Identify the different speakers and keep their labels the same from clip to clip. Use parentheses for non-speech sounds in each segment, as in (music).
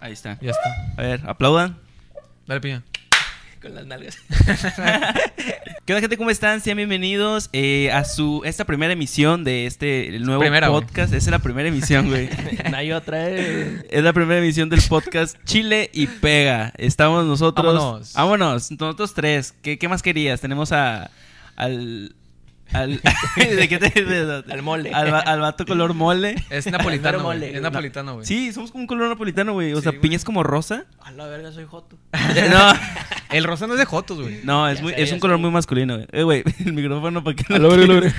Speaker 1: Ahí está.
Speaker 2: Ya está.
Speaker 1: A ver, aplaudan. (laughs)
Speaker 2: Dale, piña.
Speaker 1: Con las
Speaker 3: (laughs)
Speaker 1: nalgas. ¿Qué onda, gente? ¿Cómo están? Sean bienvenidos eh, a su esta primera emisión de este el nuevo
Speaker 2: Primera, güey.
Speaker 1: podcast. Esa es la primera emisión,
Speaker 2: (laughs)
Speaker 1: güey.
Speaker 3: No hay otra. eh.
Speaker 1: es la primera emisión del podcast Chile y Pega. Estamos nosotros.
Speaker 2: Vámonos.
Speaker 1: Vámonos, nosotros tres. ¿Qué, qué más querías? Tenemos a. al. al. (laughs) ¿de qué te- de- de-
Speaker 3: Al mole.
Speaker 1: Al, va- al vato color mole.
Speaker 2: Es napolitano,
Speaker 3: Pero
Speaker 2: güey.
Speaker 3: mole,
Speaker 2: Es
Speaker 3: güey.
Speaker 2: napolitano, güey. (laughs)
Speaker 1: Sí, (laughs) somos como un color napolitano, güey. O
Speaker 2: Sí,
Speaker 1: sea,
Speaker 2: güey.
Speaker 1: piña es como rosa.
Speaker 3: A la verga, soy (laughs) Joto.
Speaker 2: (laughs)
Speaker 1: No.
Speaker 2: El rosa no es de Jotos, güey.
Speaker 1: No, es,
Speaker 3: Ya
Speaker 1: muy,
Speaker 3: sé,
Speaker 1: es
Speaker 3: ya
Speaker 1: un
Speaker 3: sé.
Speaker 1: color muy masculino, güey. Eh, güey, (laughs) el micrófono para que no
Speaker 2: Aló, aló,
Speaker 1: quede-
Speaker 2: aló.
Speaker 1: (laughs)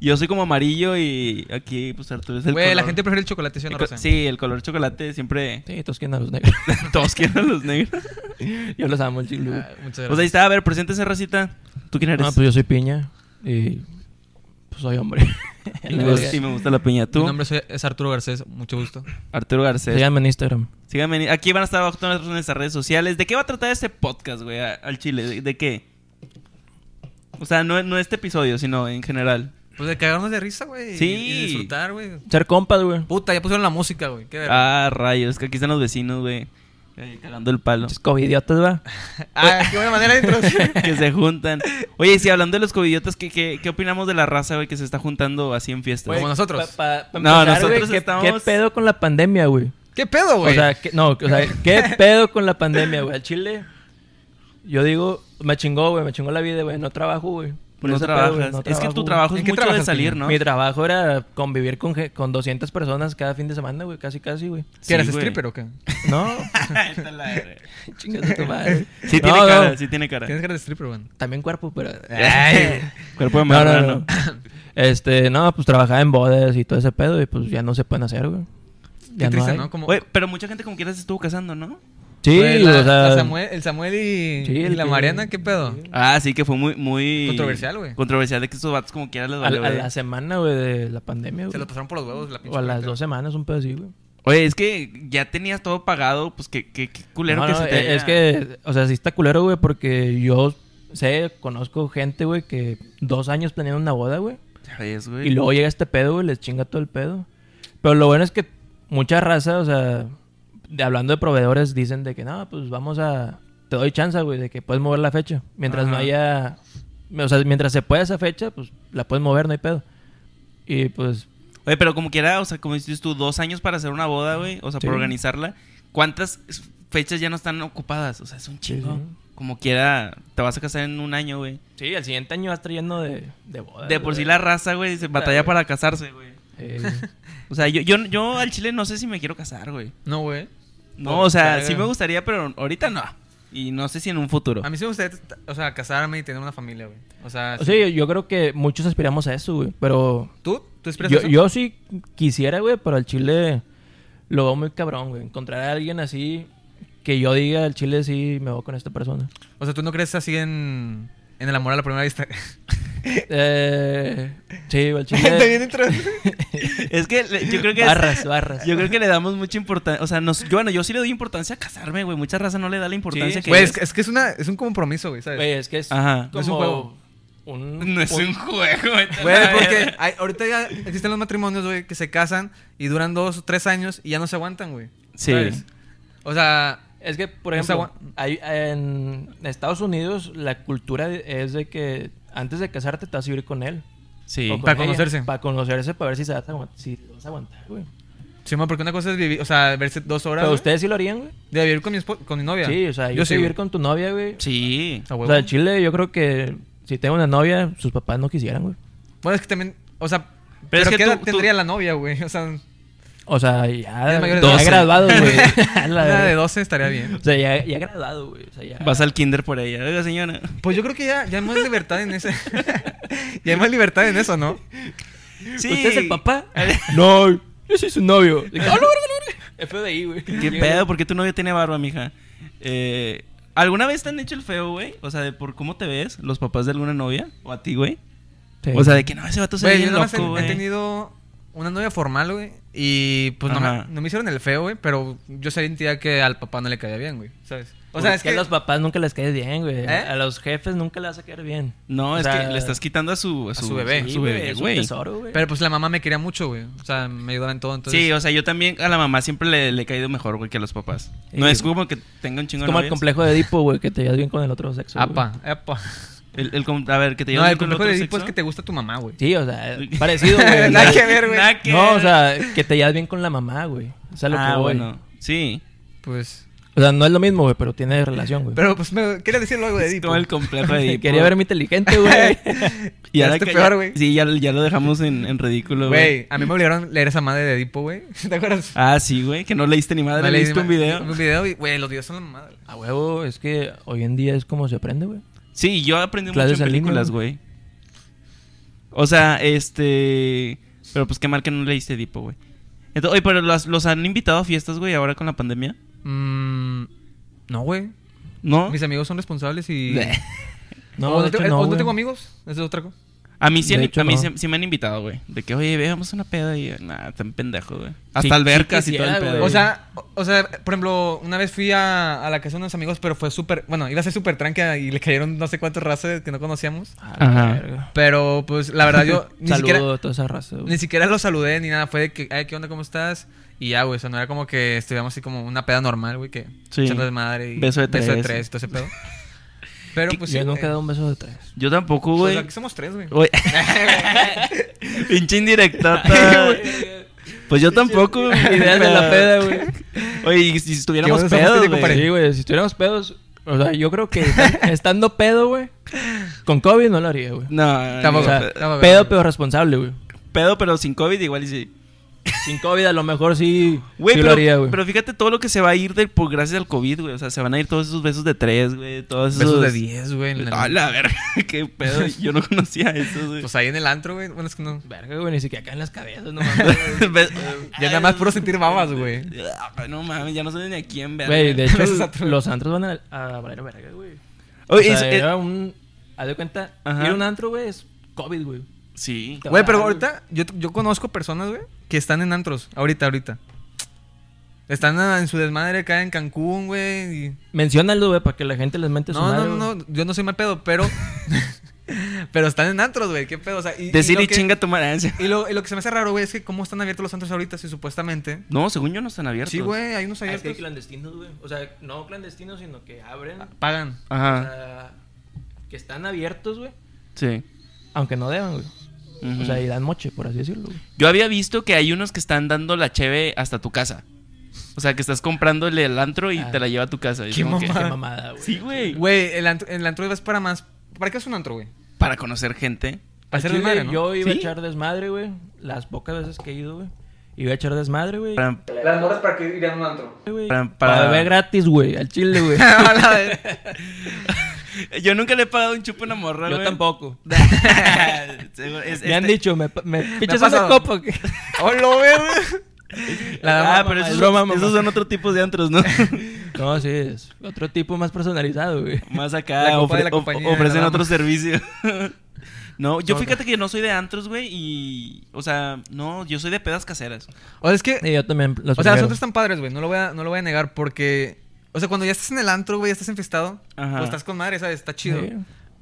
Speaker 1: Yo soy como amarillo y aquí, pues Arturo es el
Speaker 2: Güey, la
Speaker 1: color-
Speaker 2: gente prefiere el chocolate, ¿sí o
Speaker 1: el
Speaker 2: no,
Speaker 1: co-
Speaker 2: Rosa?
Speaker 1: Sí, el color chocolate siempre.
Speaker 3: Sí, todos quieren a los negros.
Speaker 1: (laughs) Todos quieren a los
Speaker 2: (laughs)
Speaker 1: negros.
Speaker 3: Yo los amo, el
Speaker 2: Ah,
Speaker 3: chile.
Speaker 2: muchas
Speaker 1: Pues ahí
Speaker 2: gracias.
Speaker 1: está, a ver, preséntese, Rosita. ¿Tú quién eres?
Speaker 3: Ah,
Speaker 1: (laughs)
Speaker 3: pues yo soy piña y pues soy (laughs) hombre.
Speaker 1: Y me gusta, sí, me gusta la piña.
Speaker 2: Mi
Speaker 1: Tú,
Speaker 2: nombre soy- es Arturo Garcés, mucho gusto.
Speaker 1: Arturo Garcés.
Speaker 3: Síganme en Instagram.
Speaker 1: Síganme. en- Aquí van a estar abajo todas nuestras redes sociales. ¿De qué va a tratar este podcast, güey? a- Al chile. ¿De, de qué? O sea, no, no este episodio, sino en general.
Speaker 2: Pues de cagarnos de risa, güey. y-
Speaker 1: Sí.
Speaker 2: Y disfrutar, güey.
Speaker 3: Ser compas, güey.
Speaker 2: Puta, ya pusieron la música, güey. Qué verga.
Speaker 1: (laughs) Ah, rayos, es que aquí están los vecinos, güey. ahí Cagando el palo. (laughs)
Speaker 3: Pinches covidiotas, va.
Speaker 2: (laughs) Ah, qué buena manera de introducir.
Speaker 1: que se juntan. Oye, y si hablando de los covidiotas, ¿qué, qué, qué opinamos de la raza, güey, que se está juntando así en fiestas?
Speaker 2: Como nosotros.
Speaker 1: No,
Speaker 3: no,
Speaker 1: nosotros
Speaker 3: nosotros ¿qué,
Speaker 1: estamos-
Speaker 3: ¿Qué pedo con la pandemia, güey?
Speaker 2: ¿Qué pedo,
Speaker 3: O
Speaker 2: güey?
Speaker 3: sea, ¿qué, no, o sea, ¿qué pedo con la pandemia, güey? Al chile, yo digo, me chingó, güey, me chingó la vida, güey. No trabajo, güey. Por
Speaker 1: no
Speaker 3: ese pedo,
Speaker 1: trabajas.
Speaker 3: güey, no
Speaker 1: es que
Speaker 3: trabajo,
Speaker 1: tu
Speaker 3: güey.
Speaker 1: trabajo es
Speaker 2: ¿En qué
Speaker 1: mucho de
Speaker 2: trabajas,
Speaker 1: salir,
Speaker 2: Piña?
Speaker 1: ¿no?
Speaker 3: Mi trabajo era convivir con, ge- con 200 personas cada fin de semana, güey, casi, casi, güey.
Speaker 1: Sí,
Speaker 2: ¿Qué eres
Speaker 1: güey.
Speaker 2: stripper o qué?
Speaker 3: No,
Speaker 1: (laughs) Esta es la verga.
Speaker 3: chingas a tu madre.
Speaker 1: sí
Speaker 3: No,
Speaker 1: tiene
Speaker 3: no,
Speaker 1: cara, sí tiene cara.
Speaker 2: Tienes cara Eh, de
Speaker 1: (laughs)
Speaker 2: stripper, güey.
Speaker 3: También cuerpo, pero. eh,
Speaker 1: Cuerpo de
Speaker 3: no, no,
Speaker 1: marrano.
Speaker 3: no. Este, no, pues trabajaba en bodas y todo ese pedo, y pues ya no se pueden hacer, güey.
Speaker 2: Qué
Speaker 3: Ya
Speaker 2: triste,
Speaker 3: hay.
Speaker 2: ¿no? Como...
Speaker 1: Güey, pero mucha gente como quiera se estuvo casando, ¿no?
Speaker 3: Sí,
Speaker 2: Güey, la-
Speaker 3: o sea.
Speaker 2: la Samuel- el Samuel y,
Speaker 3: Sí,
Speaker 2: y
Speaker 3: el
Speaker 2: la
Speaker 3: que-
Speaker 2: Mariana, ¿qué pedo?
Speaker 1: Ah, sí, que fue muy, muy...
Speaker 2: Controversial, güey.
Speaker 1: Controversial de que esos vatos como quiera les
Speaker 3: a,
Speaker 1: valió.
Speaker 3: a
Speaker 1: verga.
Speaker 3: la semana, güey, de la pandemia,
Speaker 2: Se
Speaker 3: güey.
Speaker 2: los pasaron por los huevos la pinche
Speaker 3: O a las
Speaker 2: cuarentena.
Speaker 3: dos semanas, un pedo así, güey.
Speaker 1: Oye, es que ya tenías todo pagado, pues qué, qué, qué culero
Speaker 3: No,
Speaker 1: que
Speaker 3: no,
Speaker 1: se te
Speaker 3: eh,
Speaker 1: haya-
Speaker 3: Es que, o sea, sí está culero, güey, porque yo sé, conozco gente, güey, que dos años planeando una boda, güey.
Speaker 1: Ya ves, güey.
Speaker 3: Y luego llega este pedo, güey, les chinga todo el pedo. Pero lo bueno es que mucha raza, o sea, de- hablando de proveedores, dicen de que no, pues vamos a. Te doy chance, güey, de que puedes mover la fecha. Mientras no
Speaker 2: Ajá.
Speaker 3: haya. O sea, mientras se pueda esa fecha, pues la puedes mover, no hay pedo. Y pues.
Speaker 1: Oye, pero como quiera, o sea, como dices tú, dos años para hacer una boda, güey, o sea,
Speaker 3: Sí.
Speaker 1: para organizarla, ¿cuántas fechas ya no están ocupadas? O sea, es un chingo.
Speaker 3: sí.
Speaker 1: Como quiera, te vas a casar en un año, güey.
Speaker 3: Sí, al siguiente año vas trayendo de, de boda.
Speaker 1: De por sí la raza, güey, se batalla para casarse, güey.
Speaker 3: Eh, (laughs)
Speaker 1: O sea, yo, yo, yo al chile no sé si me quiero casar, güey.
Speaker 2: No, güey.
Speaker 1: No,
Speaker 2: Por
Speaker 1: o sea,
Speaker 2: verga.
Speaker 1: sí me gustaría, pero ahorita no. Y no sé si en un futuro.
Speaker 2: A mí sí me gustaría, t- o sea, casarme y tener una familia, güey. O sea,
Speaker 3: Sí, yo- yo creo que muchos aspiramos a eso, güey. Pero
Speaker 2: ¿tú? ¿Tú esperas
Speaker 3: yo,
Speaker 2: eso?
Speaker 3: yo sí quisiera, güey, pero al chile lo veo muy cabrón, güey. Encontrar a alguien así que yo diga al chile sí me voy con esta persona.
Speaker 2: O sea, ¿tú no crees así en, en el amor a la primera
Speaker 3: (laughs)
Speaker 2: vista? (laughs)
Speaker 3: Eh, sí, güey, al
Speaker 2: Está bien
Speaker 3: chile.
Speaker 2: intro-
Speaker 1: (laughs) Es que le- yo creo que...
Speaker 3: barras, barras.
Speaker 1: Yo creo que le damos mucha importancia. O sea, nos, yo, bueno, yo sí le doy importancia a casarme, güey. Mucha raza no le da la importancia
Speaker 3: Sí,
Speaker 1: que
Speaker 2: Güey,
Speaker 1: es.
Speaker 2: es, que- es que es, una, es un compromiso, güey, ¿sabes?
Speaker 3: Güey, es que es
Speaker 1: Ajá.
Speaker 3: como
Speaker 2: No es un juego.
Speaker 1: (laughs)
Speaker 3: un-
Speaker 1: No es un juego,
Speaker 3: (laughs)
Speaker 2: Güey, porque hay- ahorita ya existen los matrimonios, güey, que se casan y duran dos o tres años y ya no se aguantan, güey.
Speaker 1: Sí.
Speaker 2: ¿Sabes? O sea,
Speaker 3: Es que, por
Speaker 2: O sea,
Speaker 3: ejemplo,
Speaker 2: gua-
Speaker 3: hay- en Estados Unidos la cultura de- es de que antes de casarte te vas a ir con él.
Speaker 1: Sí.
Speaker 3: o con
Speaker 2: Para conocerse.
Speaker 3: Para conocerse, para ver si, se vas a aguantar, si lo vas a aguantar, güey.
Speaker 2: sí, ma, porque una cosa es vivir, o sea, verse dos horas.
Speaker 3: Pero
Speaker 2: güey,
Speaker 3: ustedes sí lo harían, güey.
Speaker 2: De vivir con mi, espo- con mi novia.
Speaker 3: Sí, o sea, yo, sé
Speaker 2: güey.
Speaker 3: vivir con tu novia, güey.
Speaker 1: Sí.
Speaker 2: A
Speaker 3: O
Speaker 2: huevo.
Speaker 3: sea, en Chile yo creo que si tengo una novia, sus papás no quisieran, güey.
Speaker 2: Bueno, es que también, o sea, pero,
Speaker 1: es que
Speaker 2: ¿qué
Speaker 1: tú-
Speaker 2: edad
Speaker 1: tú-
Speaker 2: tendría la novia, güey? (laughs) O sea,
Speaker 3: O sea, ya,
Speaker 2: Ya es mayor de
Speaker 3: Ah, ya
Speaker 1: (laughs)
Speaker 2: 12. (laughs)
Speaker 3: graduado, güey. A la
Speaker 2: una de
Speaker 3: verga.
Speaker 2: 12 estaría bien.
Speaker 3: O sea, ya, ya graduado, güey. O sea, ya...
Speaker 1: Vas al kinder por ella. Oiga, señora.
Speaker 2: Pues yo creo que ya, ya hay más libertad en ese. (laughs) ya hay más libertad en eso, ¿no?
Speaker 1: Sí.
Speaker 3: ¿Usted es
Speaker 1: (laughs)
Speaker 3: el papá? no, yo soy su novio. De que, "Ah, la verga, la verga". FBI, güey.
Speaker 1: ¿Qué pedo? ¿Por qué tu novio tiene barba, mija? Eh, ¿Alguna vez te han hecho el feo, güey? O sea, de por cómo te ves, los papás de alguna novia o a ti, güey.
Speaker 3: Sí.
Speaker 1: O sea, de que no, ese vato se ve
Speaker 2: Güey, yo
Speaker 1: bien
Speaker 2: nada más he-
Speaker 1: loco,
Speaker 2: he
Speaker 1: güey.
Speaker 2: tenido una novia formal, güey. Y pues no me,
Speaker 1: Ajá.
Speaker 2: no me hicieron el feo, güey. Pero yo sentía que al papá no le caía bien, güey. ¿Sabes? O sea, es que.
Speaker 3: a los papás nunca les caes bien, güey.
Speaker 2: ¿Eh?
Speaker 3: A los jefes nunca les vas a caer bien.
Speaker 1: No,
Speaker 3: O
Speaker 1: es
Speaker 3: sea,
Speaker 1: que le estás quitando a su, a su,
Speaker 2: su bebé.
Speaker 1: a
Speaker 3: sí,
Speaker 1: su bebé,
Speaker 3: es un
Speaker 1: güey.
Speaker 3: tesoro, güey.
Speaker 2: Pero pues la mamá me quería mucho, güey. O sea, me ayudaba en todo. Entonces,
Speaker 1: Sí, o sea, yo también a la mamá siempre le, le he caído mejor, güey, que a los papás.
Speaker 3: Sí.
Speaker 1: No es como que tenga un chingo de
Speaker 3: es como el
Speaker 1: novias.
Speaker 3: complejo de Edipo, güey, que te llevas bien con el otro sexo. güey.
Speaker 2: Apa, apa.
Speaker 1: El- el com- a ver, que te
Speaker 2: No,
Speaker 1: llevas
Speaker 2: el
Speaker 1: bien con
Speaker 2: complejo de
Speaker 1: otro
Speaker 2: Edipo es
Speaker 1: sexo.
Speaker 2: que te gusta tu mamá, güey.
Speaker 3: Sí,
Speaker 1: (laughs)
Speaker 3: o sea, parecido,
Speaker 2: (laughs)
Speaker 3: güey.
Speaker 2: Nada que ver, güey.
Speaker 1: Nada que
Speaker 3: No, o
Speaker 1: ver.
Speaker 3: sea, que te llevas bien con la mamá, güey. O sea, lo
Speaker 1: Ah,
Speaker 3: que voy.
Speaker 1: bueno. Sí.
Speaker 2: Pues.
Speaker 3: O sea, no es lo mismo, güey, pero tiene relación, güey. (laughs)
Speaker 2: Pero pues me quería decir algo de
Speaker 1: Es
Speaker 2: Edipo.
Speaker 1: como el complejo
Speaker 2: (laughs)
Speaker 1: de Edipo.
Speaker 3: Quería verme inteligente, güey.
Speaker 1: Y ahora
Speaker 2: Este
Speaker 1: que
Speaker 2: peor,
Speaker 1: ya-
Speaker 2: güey.
Speaker 1: Sí, ya, ya lo dejamos en, en ridículo, güey.
Speaker 2: Güey, a mí me obligaron a leer esa madre de Edipo, güey. (laughs) ¿Te acuerdas?
Speaker 1: Ah, sí, güey. Que no leíste ni madre.
Speaker 2: No leí
Speaker 1: leíste un
Speaker 2: ma-
Speaker 1: video.
Speaker 2: Un video, y, güey, los videos son la mamada. güey.
Speaker 3: a huevo, es que hoy en día es como se aprende, güey.
Speaker 1: Sí, yo aprendí mucho en
Speaker 3: Clases en línea,
Speaker 1: películas, güey. O sea, este... Pero pues qué mal que no leíste Edipo, güey. Entonces, oye, pero los, los han invitado a fiestas, güey, ahora con la pandemia.
Speaker 2: Mm, no, güey.
Speaker 1: ¿No?
Speaker 2: Mis amigos son responsables y.
Speaker 3: No,
Speaker 2: ¿O
Speaker 3: de
Speaker 2: te-
Speaker 3: hecho, no,
Speaker 2: o no
Speaker 3: güey.
Speaker 2: Oh, tengo amigos? Eso es otra cosa.
Speaker 1: A mí sí,
Speaker 3: De
Speaker 1: han-
Speaker 3: hecho,
Speaker 1: a mí
Speaker 3: no.
Speaker 1: sí, sí me han invitado, güey. De que, oye, veamos una peda y... Nah, tan pendejo, güey.
Speaker 3: Sí,
Speaker 1: Hasta
Speaker 3: sí
Speaker 1: albercas y todo
Speaker 3: quisiera,
Speaker 1: el pedo.
Speaker 3: güey.
Speaker 2: O sea, o- o sea, por ejemplo, una vez fui a, a la casa de unos amigos, pero fue súper. Bueno, iba a ser súper tranca y le cayeron no sé cuántos razas que no conocíamos.
Speaker 3: Ah, la
Speaker 1: Ajá.
Speaker 3: verga.
Speaker 2: Pero pues la verdad,
Speaker 3: (laughs)
Speaker 2: yo ni,
Speaker 3: Saludo
Speaker 2: siquiera,
Speaker 3: a toda esa raza, güey.
Speaker 2: ni siquiera los saludé ni nada. Fue de que, ay, ¿qué onda? ¿Cómo estás? Y ya, güey. O sea, no era como que estuviéramos así como una peda normal, güey, que
Speaker 1: Sí.
Speaker 2: echando de madre y
Speaker 1: Beso de tres.
Speaker 2: y todo ese pedo. Pero pues sí.
Speaker 3: Yo nunca he
Speaker 2: güey.
Speaker 3: dado un beso
Speaker 2: (laughs)
Speaker 3: de tres.
Speaker 1: Yo tampoco,
Speaker 2: Pues,
Speaker 1: güey.
Speaker 2: aquí somos tres, güey. (laughs)
Speaker 1: Oye. Pinche indirectota. pues yo tampoco. güey.
Speaker 3: Ideas de la peda, güey.
Speaker 1: Oye, y si estuviéramos
Speaker 2: Qué bueno, somos
Speaker 1: pedos,
Speaker 2: típico
Speaker 1: güey.
Speaker 2: pareja.
Speaker 3: Sí, güey, si estuviéramos pedos, o sea, yo creo que estan- (laughs) estando pedo, güey, con COVID no lo haría, güey.
Speaker 1: No,
Speaker 3: O
Speaker 2: Tampoco.
Speaker 1: no,
Speaker 3: sea,
Speaker 1: pe-
Speaker 2: no, no,
Speaker 3: pedo
Speaker 2: no.
Speaker 3: pero responsable, güey.
Speaker 1: pedo, pero sin COVID igual y sí.
Speaker 3: Sin COVID a lo mejor sí,
Speaker 1: Güey,
Speaker 3: sí
Speaker 1: pero,
Speaker 3: lo haría, güey.
Speaker 1: pero fíjate todo lo que se va a ir del, por gracias al COVID, güey. O sea, se van a ir todos esos besos de tres, güey. Todos esos.
Speaker 2: Besos de 10, güey. en el-
Speaker 1: A la verga, (laughs) qué
Speaker 2: (laughs)
Speaker 1: pedo. Yo no conocía eso, güey.
Speaker 2: Pues ahí en el antro, güey. Bueno, es que no.
Speaker 3: Verga, güey, ni siquiera acá en las cabezas, no mames.
Speaker 1: (laughs)
Speaker 2: (laughs)
Speaker 1: Be-
Speaker 2: Pues, Ya nada más puro sentir babas, güey.
Speaker 1: Ah, No mames, ya no sé ni a quién ver.
Speaker 3: (laughs) Güey, de
Speaker 2: Besos a
Speaker 3: hecho,
Speaker 2: tu-
Speaker 3: (laughs) los antros eh, van a, a valer verga, güey.
Speaker 1: (laughs)
Speaker 3: O
Speaker 1: Oye,
Speaker 3: sea,
Speaker 1: es- eh, es-
Speaker 3: era un... Haz de cuenta,
Speaker 1: Ajá.
Speaker 3: ir a un antro, güey, es COVID, güey.
Speaker 1: Sí.
Speaker 3: Te
Speaker 2: Güey,
Speaker 3: va a
Speaker 2: pero
Speaker 3: dar,
Speaker 2: ahorita yo, yo conozco personas, güey, que están en antros. Ahorita, ahorita. Están ah, en su desmadre acá en Cancún, güey. y-
Speaker 3: Menciónalo, güey, para que la gente les mente su
Speaker 2: No,
Speaker 3: madre,
Speaker 2: no, no,
Speaker 3: güey.
Speaker 2: no, Yo no soy mal pedo, pero. (laughs) pero están en antros, güey. ¿Qué pedo? O sea, y, y
Speaker 1: Decir
Speaker 2: lo
Speaker 1: y
Speaker 2: que-
Speaker 1: chinga tu madre.
Speaker 2: Y lo, y lo que se me hace raro, güey, es que cómo están abiertos los antros ahorita, si supuestamente.
Speaker 1: No, según yo no están abiertos.
Speaker 2: Sí, güey, hay unos
Speaker 3: Ah, Es que hay
Speaker 2: abiertos.
Speaker 3: clandestinos, güey. O sea, no clandestinos, sino que abren.
Speaker 2: Pagan.
Speaker 3: O
Speaker 1: Ajá.
Speaker 3: sea, que están abiertos, güey.
Speaker 1: Sí.
Speaker 3: Aunque no deban, güey.
Speaker 1: Ujú.
Speaker 3: O sea, y dan moche, por así decirlo, güey.
Speaker 1: Yo había visto que hay unos que están dando la cheve hasta tu casa. O sea, que estás comprándole el antro y
Speaker 3: Ah.
Speaker 1: te la lleva a tu casa. Y es
Speaker 2: Qué
Speaker 1: como que-
Speaker 3: Qué mamada, güey.
Speaker 1: Sí, güey.
Speaker 2: Güey, el, antro- el antro es para más. ¿Para qué es un antro, güey?
Speaker 1: Para conocer gente.
Speaker 2: Para
Speaker 3: Al
Speaker 2: hacer
Speaker 3: chile,
Speaker 2: desmadre, ¿no?
Speaker 3: Yo iba a
Speaker 1: Sí.
Speaker 3: echar desmadre, güey. Las pocas veces que he ido, güey. Iba a echar desmadre, güey.
Speaker 1: Para,
Speaker 2: Las morras para que irían a un antro.
Speaker 3: güey.
Speaker 1: para-
Speaker 3: Para,
Speaker 1: para-
Speaker 3: beber gratis, güey. Al
Speaker 2: (laughs)
Speaker 3: chile, güey.
Speaker 1: Yo nunca le he pagado un chupo a una morra,
Speaker 3: Yo
Speaker 1: güey. (laughs)
Speaker 2: (laughs)
Speaker 3: tampoco.
Speaker 1: Seguro- es-
Speaker 3: Me han
Speaker 1: este-
Speaker 3: dicho, me, me pichas
Speaker 2: ha
Speaker 3: una
Speaker 2: pasado. (laughs)
Speaker 3: copa. que-
Speaker 2: ¡Hola, Oh, güey!
Speaker 3: La-
Speaker 1: ah, pero
Speaker 3: es
Speaker 1: esos,
Speaker 3: broma,
Speaker 1: son-
Speaker 3: mamá.
Speaker 1: esos son otro tipo de antros, ¿no?
Speaker 3: No, sí, es otro tipo más personalizado, güey.
Speaker 1: Más acá,
Speaker 2: La copa de la
Speaker 1: ofre- of-
Speaker 2: compañía,
Speaker 1: ofrecen
Speaker 2: nada
Speaker 1: otro
Speaker 2: más.
Speaker 1: servicio. (laughs) no, yo
Speaker 2: No,
Speaker 1: fíjate que no soy de antros, güey. Y, o sea, no, yo soy de pedas caseras.
Speaker 2: O sea, es que.
Speaker 3: Y yo también. Eh, Los
Speaker 2: o sea, los
Speaker 3: prefiero.
Speaker 2: antros están padres, güey. No, lo voy a- no lo voy a negar porque. O sea, cuando ya estás en el antro, güey, ya estás enfestado.
Speaker 1: Ajá.
Speaker 2: Pues estás con madre, ¿sabes? Está chido.
Speaker 3: Sí.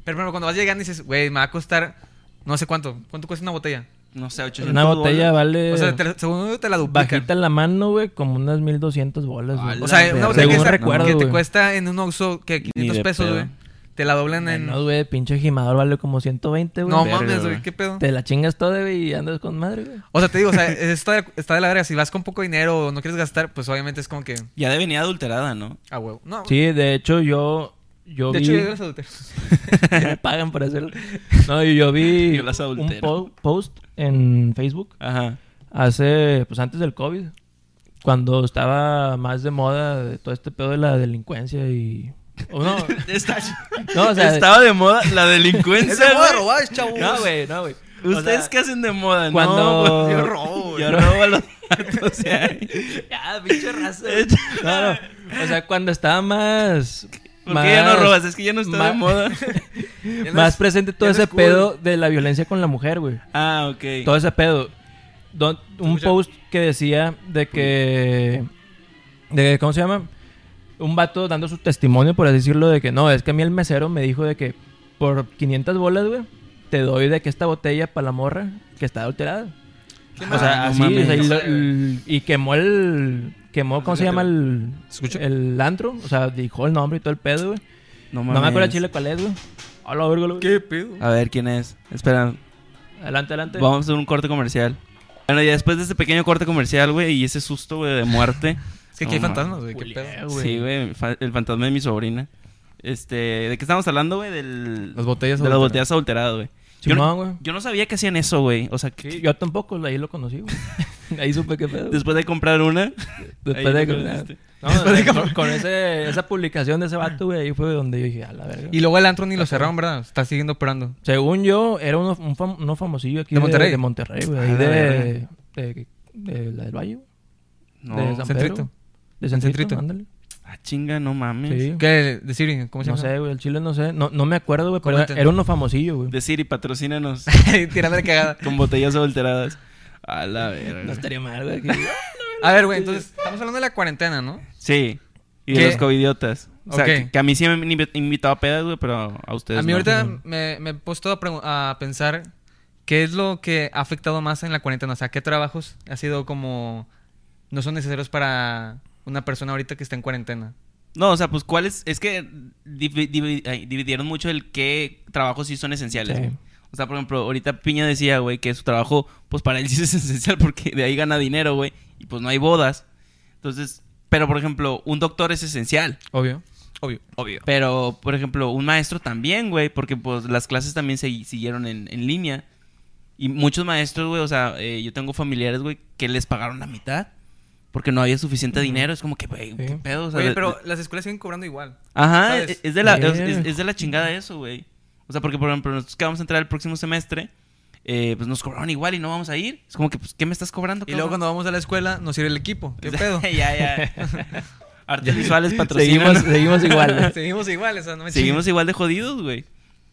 Speaker 2: Pero, bueno, cuando vas llegando dices, güey, me va a costar. No sé cuánto. ¿Cuánto cuesta una botella?
Speaker 1: No sé, 800
Speaker 3: Una botella vale.
Speaker 2: O sea, te la- según yo te la duplican.
Speaker 3: Eh, Bajita en la mano, güey, como unas 1200 bolas,
Speaker 1: A
Speaker 3: güey.
Speaker 1: la
Speaker 2: O sea, una
Speaker 1: verga.
Speaker 2: botella que,
Speaker 3: Según
Speaker 2: está-
Speaker 3: recuerdo,
Speaker 2: que te
Speaker 3: güey.
Speaker 2: cuesta en un Oxxo que
Speaker 1: de
Speaker 2: 500 pesos,
Speaker 1: pedo.
Speaker 2: güey. Te la doblan en.
Speaker 3: No, güey, pinche gimador vale como 120, güey.
Speaker 2: No
Speaker 1: verga,
Speaker 2: mames,
Speaker 1: güey.
Speaker 2: güey, qué pedo.
Speaker 3: Te la chingas toda, güey, y andas con madre, güey.
Speaker 2: O sea, te digo, o sea, (laughs) está de, está de la verga. Si vas con poco dinero o no quieres gastar, pues obviamente es como que.
Speaker 1: Ya de venía adulterada, ¿no?
Speaker 2: A huevo. No.
Speaker 3: Sí, de hecho, yo. Yo
Speaker 2: de
Speaker 3: vi.
Speaker 2: hecho, yo las adulteré.
Speaker 3: (laughs) me pagan por hacerlo. No, y
Speaker 2: (laughs)
Speaker 3: yo vi
Speaker 1: Yo las
Speaker 3: un
Speaker 1: adultero.
Speaker 3: po- post en Facebook
Speaker 1: Ajá.
Speaker 3: hace, pues antes del COVID, cuando estaba más de moda de todo este pedo de la delincuencia y. o
Speaker 2: (laughs)
Speaker 3: no,
Speaker 1: (laughs) Está-
Speaker 3: no, o sea.
Speaker 1: estaba de moda la delincuencia.
Speaker 2: (laughs) (laughs) Es de moda
Speaker 1: güey.
Speaker 2: robar, chavos.
Speaker 3: No, güey, no, güey. O
Speaker 1: ¿Ustedes
Speaker 3: sea,
Speaker 1: qué hacen de moda? No,
Speaker 3: cuando-
Speaker 1: güey.
Speaker 2: Yo
Speaker 3: (laughs)
Speaker 2: robo,
Speaker 1: (laughs)
Speaker 2: güey.
Speaker 1: Yo robo a (laughs) los vatos, o sea,
Speaker 3: Ya, pinche raza. güey. (laughs) No, no. O sea, cuando estaba más.
Speaker 1: ¿Por
Speaker 3: más-
Speaker 1: qué ya no robas? Es que ya no está
Speaker 3: ma-
Speaker 1: de
Speaker 3: (laughs)
Speaker 1: moda.
Speaker 2: Ya no
Speaker 3: Más
Speaker 2: es-
Speaker 3: presente todo
Speaker 2: ya no
Speaker 3: ese
Speaker 2: es cool.
Speaker 3: pedo de la violencia con la mujer, güey.
Speaker 1: Ah, ok.
Speaker 3: Todo ese pedo. don- un post que decía de que. De, ¿Cómo se llama? Un vato dando su testimonio, por así decirlo, de que no, es que a mí el mesero me dijo de que por 500 bolas, güey, te doy de que esta botella para la morra que está adulterada. O
Speaker 1: Ah,
Speaker 3: sea,
Speaker 1: no
Speaker 3: así,
Speaker 1: mames.
Speaker 3: o sea, y, lo-
Speaker 2: No sé, güey.
Speaker 3: y quemó el. Quemó, ¿cómo se llama el.
Speaker 2: ¿Escucho?
Speaker 3: El antro? O sea, dijo el nombre y todo el pedo, güey.
Speaker 1: No
Speaker 3: No me acuerdo el chile cuál es, güey. Hola, verga, güey.
Speaker 2: ¿Qué pedo?
Speaker 1: A ver, ¿quién es? Espera,
Speaker 3: Adelante, adelante.
Speaker 1: vamos a hacer un corte comercial. Bueno, y después de este pequeño corte comercial, güey, y ese susto, güey, de
Speaker 3: (laughs)
Speaker 1: muerte.
Speaker 2: Es que aquí hay
Speaker 1: No,
Speaker 2: fantasmas, güey. ¿Qué
Speaker 3: Julián,
Speaker 2: pedo?
Speaker 3: Ah, güey.
Speaker 1: Sí, güey, fa- el fantasma de mi sobrina. Este, ¿de qué estamos hablando, güey? Del...
Speaker 2: Las botellas.
Speaker 1: de las
Speaker 2: adulteradas.
Speaker 1: botellas adulteradas, güey. Yo, no-
Speaker 3: Simón, güey.
Speaker 1: yo no sabía que hacían eso, güey. O sea, que
Speaker 3: Sí, yo tampoco, ahí lo conocí, güey. Ahí supe qué pedo.
Speaker 1: después de comprar (laughs) una...
Speaker 3: Después
Speaker 1: ahí
Speaker 3: de
Speaker 1: lo
Speaker 3: con,
Speaker 1: conociste.
Speaker 3: no, de- con- con ese, esa publicación de ese vato, güey, ahí fue donde yo dije, a la verga.
Speaker 2: Y luego el antro ni lo cerraron, ¿verdad? Está siguiendo operando.
Speaker 3: Según yo, era uno, un fam- uno famosillo aquí
Speaker 2: ¿De Monterrey?
Speaker 3: De Monterrey, güey.
Speaker 1: Ah,
Speaker 3: ahí
Speaker 1: la
Speaker 3: de, de, de la del Valle, güey,
Speaker 1: No,
Speaker 3: de San
Speaker 2: Centrito.
Speaker 3: Pedro. De
Speaker 2: En
Speaker 3: Centrito,
Speaker 2: Centrito.
Speaker 3: ándale.
Speaker 1: ah, chinga, no mames.
Speaker 3: Sí.
Speaker 2: ¿Qué? De Siri, ¿cómo se
Speaker 3: No
Speaker 2: llama?
Speaker 3: sé, güey, el chile no sé. No, no me acuerdo, güey, pero
Speaker 2: Comenten.
Speaker 3: era uno famosillo, güey.
Speaker 1: Decir y patrocínanos (laughs)
Speaker 2: (laughs) Tirándole
Speaker 3: (laughs)
Speaker 2: cagada.
Speaker 1: con botellas adulteradas. A la verga.
Speaker 3: No estaría mal, güey.
Speaker 2: A ver, güey, entonces estamos hablando de la cuarentena, ¿no?
Speaker 1: Sí. Y de
Speaker 2: ¿Qué?
Speaker 1: los covidiotas. O sea,
Speaker 2: Ok.
Speaker 1: que, que a mí sí me han invi- invitado a pedas, güey, pero a ustedes
Speaker 2: a mí
Speaker 1: no.
Speaker 2: ahorita me, me he puesto a, pregun- a pensar qué es lo que ha afectado más en la cuarentena. O sea, qué trabajos ha sido como no son necesarios para una persona ahorita que está en cuarentena.
Speaker 1: No, o sea, pues cuáles... Es que divi- divi- ay, dividieron mucho el qué trabajos sí son esenciales,
Speaker 3: Sí.
Speaker 1: güey. O sea, por ejemplo, ahorita Piña decía, güey, que su trabajo, pues para él sí es (laughs) esencial porque de ahí gana dinero, güey. Y pues no hay bodas. Entonces, pero por ejemplo, un doctor es esencial.
Speaker 2: Obvio. Obvio.
Speaker 1: Obvio. Pero, por ejemplo, un maestro también, güey, porque pues las clases también se siguieron en, en línea. Y muchos maestros, güey, o sea, eh, yo tengo familiares, güey, que les pagaron la mitad porque no había suficiente dinero. Es como que, güey, qué
Speaker 3: Sí.
Speaker 1: pedo. O sea,
Speaker 2: Oye,
Speaker 1: de-
Speaker 2: pero
Speaker 1: de- Ah,
Speaker 2: las escuelas siguen cobrando igual.
Speaker 1: Ajá,
Speaker 2: ¿sabes?
Speaker 1: es, es de la, es,
Speaker 3: Verga.
Speaker 1: es- es de la chingada eso, güey. O sea, porque, por ejemplo, nosotros que vamos a entrar el próximo semestre, eh, pues nos cobraron igual y no vamos a ir. Es como que, pues, ¿qué me estás cobrando,
Speaker 2: Y luego
Speaker 1: cabrón?
Speaker 2: cuando vamos a la escuela nos sirve el equipo.
Speaker 1: (laughs)
Speaker 2: ¿Qué pedo?
Speaker 1: ya,
Speaker 2: (laughs)
Speaker 1: ya. Artes (laughs) visuales
Speaker 3: seguimos,
Speaker 1: patrocinan.
Speaker 3: seguimos igual,
Speaker 2: (laughs)
Speaker 3: güey.
Speaker 2: Seguimos igual, o sea, no me
Speaker 1: Seguimos igual de jodidos, güey.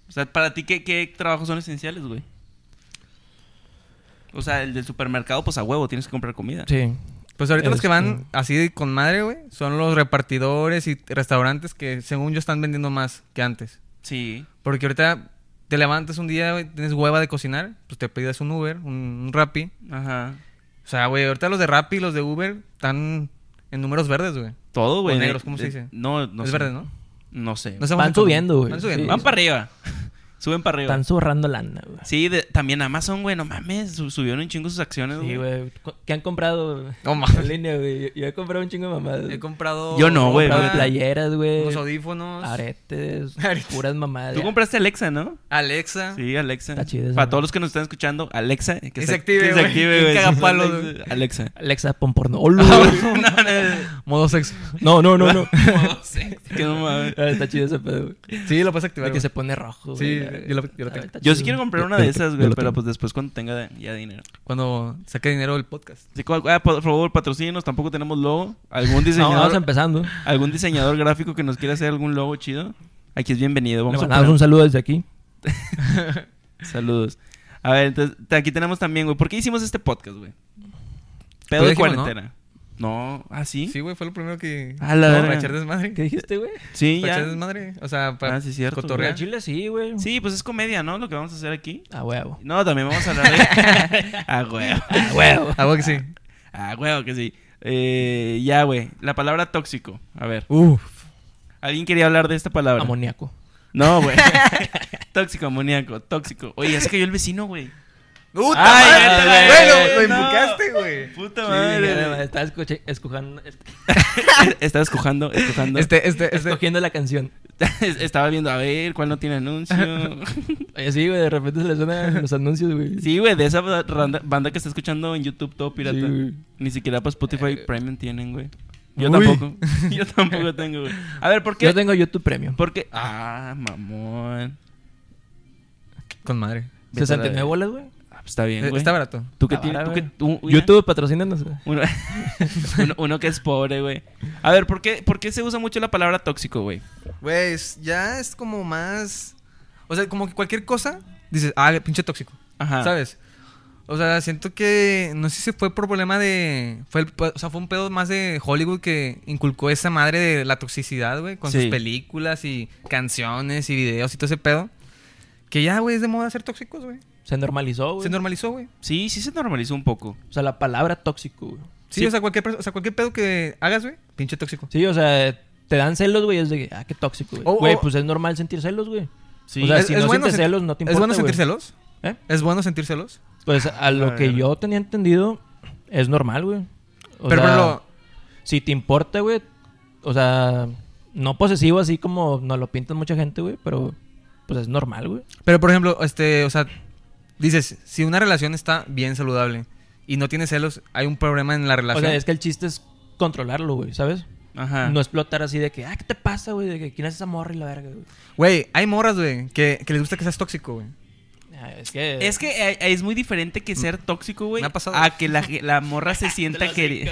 Speaker 1: O sea, para ti, ¿qué, qué trabajos son esenciales, güey? O sea, el del supermercado, pues a huevo, tienes que comprar comida.
Speaker 3: Sí.
Speaker 2: Pues ahorita los que
Speaker 3: Este-
Speaker 2: van así con madre, güey, son los repartidores y restaurantes que según yo están vendiendo más que antes.
Speaker 1: Sí.
Speaker 2: Porque ahorita te levantas un día, güey, tienes hueva de cocinar, pues te pidas un Uber, un, un Rappi.
Speaker 1: Ajá.
Speaker 2: O sea, güey, ahorita los de Rappi y los de Uber están en números verdes, güey.
Speaker 1: Todo, güey.
Speaker 2: O negros,
Speaker 1: Eh,
Speaker 2: ¿cómo se
Speaker 1: eh,
Speaker 2: dice?
Speaker 1: No, no
Speaker 2: es
Speaker 1: sé.
Speaker 2: verde, ¿no?
Speaker 1: No sé.
Speaker 2: No sé cómo se llama.
Speaker 3: Van subiendo, güey.
Speaker 2: Van subiendo.
Speaker 3: Sí.
Speaker 1: Van para arriba. (laughs) Suben para arriba.
Speaker 3: Están zurrando lana, güey.
Speaker 1: Sí, de- también Amazon, güey, no mames, su- subieron un chingo sus acciones,
Speaker 3: Sí,
Speaker 1: güey.
Speaker 3: güey. Cu- ¿Qué han comprado
Speaker 2: No (laughs) mames.
Speaker 3: en línea, güey? Yo- Yo he comprado un chingo de mamadas.
Speaker 2: He comprado.
Speaker 1: Yo no, güey.
Speaker 3: He comprado
Speaker 1: güey.
Speaker 3: playeras, güey.
Speaker 2: Unos audífonos.
Speaker 3: Aretes.
Speaker 2: Aretes.
Speaker 3: Puras mamadas.
Speaker 1: Tú
Speaker 3: ya.
Speaker 1: compraste Alexa, ¿no?
Speaker 2: Alexa. (laughs)
Speaker 1: Sí, Alexa.
Speaker 3: Está chido eso,
Speaker 1: Para
Speaker 3: güey.
Speaker 1: todos los que nos están escuchando, Alexa. Que,
Speaker 2: Ah. Que se active,
Speaker 1: que se
Speaker 2: güey.
Speaker 1: active,
Speaker 2: Que
Speaker 1: güey.
Speaker 2: caga palos, güey. (laughs)
Speaker 1: Alexa.
Speaker 3: Alexa, pon porno. ¡Hola, güey!
Speaker 1: No, no, no.
Speaker 2: Modo sexo.
Speaker 3: No, no, no, no.
Speaker 1: Que no mames.
Speaker 3: Ah, Está chido ese pedo, güey.
Speaker 2: Sí, lo puedes
Speaker 3: De
Speaker 2: activar.
Speaker 3: que
Speaker 2: güey.
Speaker 3: se pone rojo,
Speaker 2: Sí,
Speaker 3: güey. Ah,
Speaker 2: yo lo- yo lo
Speaker 3: ah,
Speaker 2: tengo.
Speaker 3: está
Speaker 1: Yo sí
Speaker 3: chido.
Speaker 1: quiero comprar una de esas, güey,
Speaker 3: Yo lo
Speaker 1: pero
Speaker 3: tengo.
Speaker 1: pues después cuando tenga ya dinero.
Speaker 2: Cuando saque dinero del podcast.
Speaker 1: Sí, cu- ah, por favor, patrocínenos, tampoco tenemos logo. (laughs) ¿Algún
Speaker 3: No, vamos
Speaker 1: diseñador,
Speaker 3: empezando.
Speaker 1: algún diseñador gráfico que nos quiera hacer algún logo chido? Aquí es bienvenido.
Speaker 3: Le
Speaker 1: Vamos a
Speaker 3: mandamos
Speaker 1: poner-
Speaker 3: un saludo desde aquí.
Speaker 1: Saludos. A ver, entonces, te- aquí tenemos también, güey. ¿Por qué hicimos este podcast, güey? Pedo
Speaker 2: Lo
Speaker 1: de
Speaker 2: dijimos, ¿no?
Speaker 1: cuarentena. ¿no? ¿ah, sí?
Speaker 2: Sí, güey, fue lo primero que.
Speaker 1: A la
Speaker 2: No,
Speaker 1: verga.
Speaker 2: Para echar desmadre.
Speaker 3: ¿Qué dijiste, güey?
Speaker 1: Sí,
Speaker 2: Para
Speaker 1: ya.
Speaker 2: echar desmadre. O sea, para
Speaker 1: Ah, sí, cierto,
Speaker 3: Por
Speaker 1: Torreal.
Speaker 2: cotorrear.
Speaker 3: Chile sí, güey.
Speaker 1: Sí, pues es comedia, ¿no? Lo que vamos a hacer aquí.
Speaker 3: A huevo.
Speaker 1: No, también vamos a hablar (laughs) de... ah, güey.
Speaker 3: A huevo.
Speaker 2: Algo que sí.
Speaker 1: Ah, güey, que sí. Eh, ya, güey. La palabra tóxico. A ver.
Speaker 2: Uf.
Speaker 1: ¿Alguien quería hablar de esta palabra?
Speaker 3: Amoníaco.
Speaker 1: No, (laughs) güey. tóxico, amoníaco, tóxico. Oye, ya se cayó el vecino, güey.
Speaker 2: ¡Puta
Speaker 1: Ay,
Speaker 2: madre,
Speaker 1: güey,
Speaker 2: güey! Lo, lo
Speaker 1: no.
Speaker 2: invocaste, güey.
Speaker 1: Puta
Speaker 3: Chingada, Estaba escucha- escuchando,
Speaker 1: (laughs) Estaba escojando, escojando.
Speaker 2: Este, este, este.
Speaker 3: escogiendo la canción.
Speaker 1: (laughs) Estaba viendo, a ver, ¿cuál no tiene anuncio? (laughs)
Speaker 3: Oye, sí, güey, de repente se le suenan los anuncios, güey.
Speaker 1: sí, güey, de esa banda, banda que está escuchando en YouTube todo pirata.
Speaker 3: Sí, güey. Eh,
Speaker 1: Ni siquiera para Spotify Premium tienen, güey. Yo
Speaker 3: Uy.
Speaker 1: tampoco. (laughs) Yo
Speaker 3: (laughs)
Speaker 1: tampoco tengo, güey. A ver, ¿por qué?
Speaker 3: Yo tengo YouTube Premium.
Speaker 1: ¿Por qué? Ah, mamón.
Speaker 2: Con madre.
Speaker 1: Vete a la
Speaker 3: 69
Speaker 1: verga.
Speaker 3: bolas, güey.
Speaker 1: Ah, pues está bien,
Speaker 2: Eh,
Speaker 1: güey.
Speaker 2: Está barato.
Speaker 1: ¿Tú qué
Speaker 3: Está
Speaker 1: tienes? ¿Tú
Speaker 3: vara,
Speaker 1: qué?
Speaker 3: güey.
Speaker 1: tú- mira.
Speaker 3: YouTube, patrocínanos. güey.
Speaker 1: Uno, (laughs) uno, uno que es pobre, güey. A ver, ¿por qué, ¿por qué se usa mucho la palabra tóxico, güey?
Speaker 2: Güey, es- ya es como más. O sea, como que cualquier cosa dices, ah, pinche tóxico.
Speaker 1: Ajá.
Speaker 2: ¿Sabes? O sea, siento que. No sé si fue por problema de. Fue el- o sea, fue un pedo más de Hollywood que inculcó esa madre de la toxicidad, güey. Con
Speaker 1: Sí.
Speaker 2: sus películas y canciones y videos y todo ese pedo. Que ya, güey, es de moda ser tóxicos, güey.
Speaker 3: Se normalizó, güey.
Speaker 2: Se normalizó, güey.
Speaker 1: Sí, sí se normalizó un poco.
Speaker 3: O sea, la palabra tóxico, güey.
Speaker 2: Sí, O, sea, cualquier, perso- o sea, cualquier pedo que hagas, güey, pinche tóxico.
Speaker 3: Sí, o sea, te dan celos, güey. Es de que, ah, qué tóxico, güey.
Speaker 2: Oh,
Speaker 3: Güey,
Speaker 2: oh.
Speaker 3: pues es normal sentir celos, güey.
Speaker 1: Sí.
Speaker 3: O sea, si no sientes
Speaker 2: sen-
Speaker 3: celos, no te importa,
Speaker 2: ¿Es bueno sentir
Speaker 3: güey.
Speaker 2: celos?
Speaker 3: ¿Eh?
Speaker 2: ¿Es bueno sentir celos?
Speaker 3: Pues a lo que yo tenía entendido, es normal, güey. O
Speaker 2: Pero,
Speaker 3: sea,
Speaker 2: pero,
Speaker 3: si te importa, güey. O sea, no posesivo así como nos lo pintan mucha gente, güey. Pero pues es normal, güey.
Speaker 2: pero, por ejemplo, este, o sea, dices, si una relación está bien saludable y no tiene celos, hay un problema en la
Speaker 3: O
Speaker 2: relación.
Speaker 3: sea, es que el chiste es controlarlo, güey, ¿sabes?
Speaker 1: Ajá.
Speaker 3: No explotar así de que, ah, ¿qué te pasa, güey? De que quién es esa morra y la verga, güey.
Speaker 2: Güey, hay morras, güey, que, que les gusta que seas tóxico, güey.
Speaker 3: Ah, Es que.
Speaker 1: Es que eh, es muy diferente
Speaker 3: Mm.
Speaker 1: que ser tóxico, güey.
Speaker 2: Me ha pasado.
Speaker 1: A que la, ge- la morra
Speaker 3: (laughs)
Speaker 1: se sienta querida.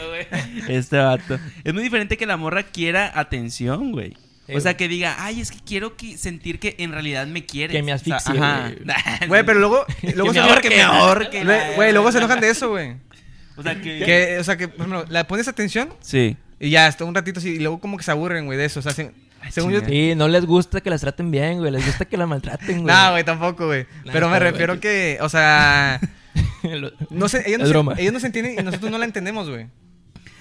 Speaker 1: Este vato. Es muy diferente que la morra quiera atención, güey.
Speaker 3: Sí,
Speaker 1: o sea,
Speaker 3: güey.
Speaker 1: que diga, ay, es que quiero que- sentir que en realidad me quieres.
Speaker 3: Que me asfixie,
Speaker 1: O sea, ajá. (laughs)
Speaker 2: Güey, pero
Speaker 3: (laughs)
Speaker 2: luego, luego
Speaker 1: me
Speaker 2: se enojan
Speaker 1: ahorque, me ahorque,
Speaker 2: Güey,
Speaker 1: la-
Speaker 2: Güey, luego se enojan de eso, güey.
Speaker 1: O sea,
Speaker 2: (laughs)
Speaker 1: que...
Speaker 2: Que, o sea, que, por ejemplo, la pones atención
Speaker 1: Sí.
Speaker 2: y ya, hasta un ratito así, y luego como que se aburren, güey, de eso. O sea, se-
Speaker 1: Ay,
Speaker 2: según yo,
Speaker 1: chingada.
Speaker 3: (laughs) Sí, no les gusta que las traten bien, güey. Les gusta que la
Speaker 2: (laughs)
Speaker 3: maltraten, güey.
Speaker 2: No, güey, tampoco, güey.
Speaker 3: Nah,
Speaker 2: Pero me
Speaker 3: está bien,
Speaker 2: refiero
Speaker 3: güey.
Speaker 2: que, o
Speaker 3: (laughs)
Speaker 2: sea,
Speaker 3: Lo-
Speaker 2: no sé, ellos
Speaker 3: Es
Speaker 2: no,
Speaker 3: broma.
Speaker 2: se, ellos no se entienden y nosotros no la entendemos, güey.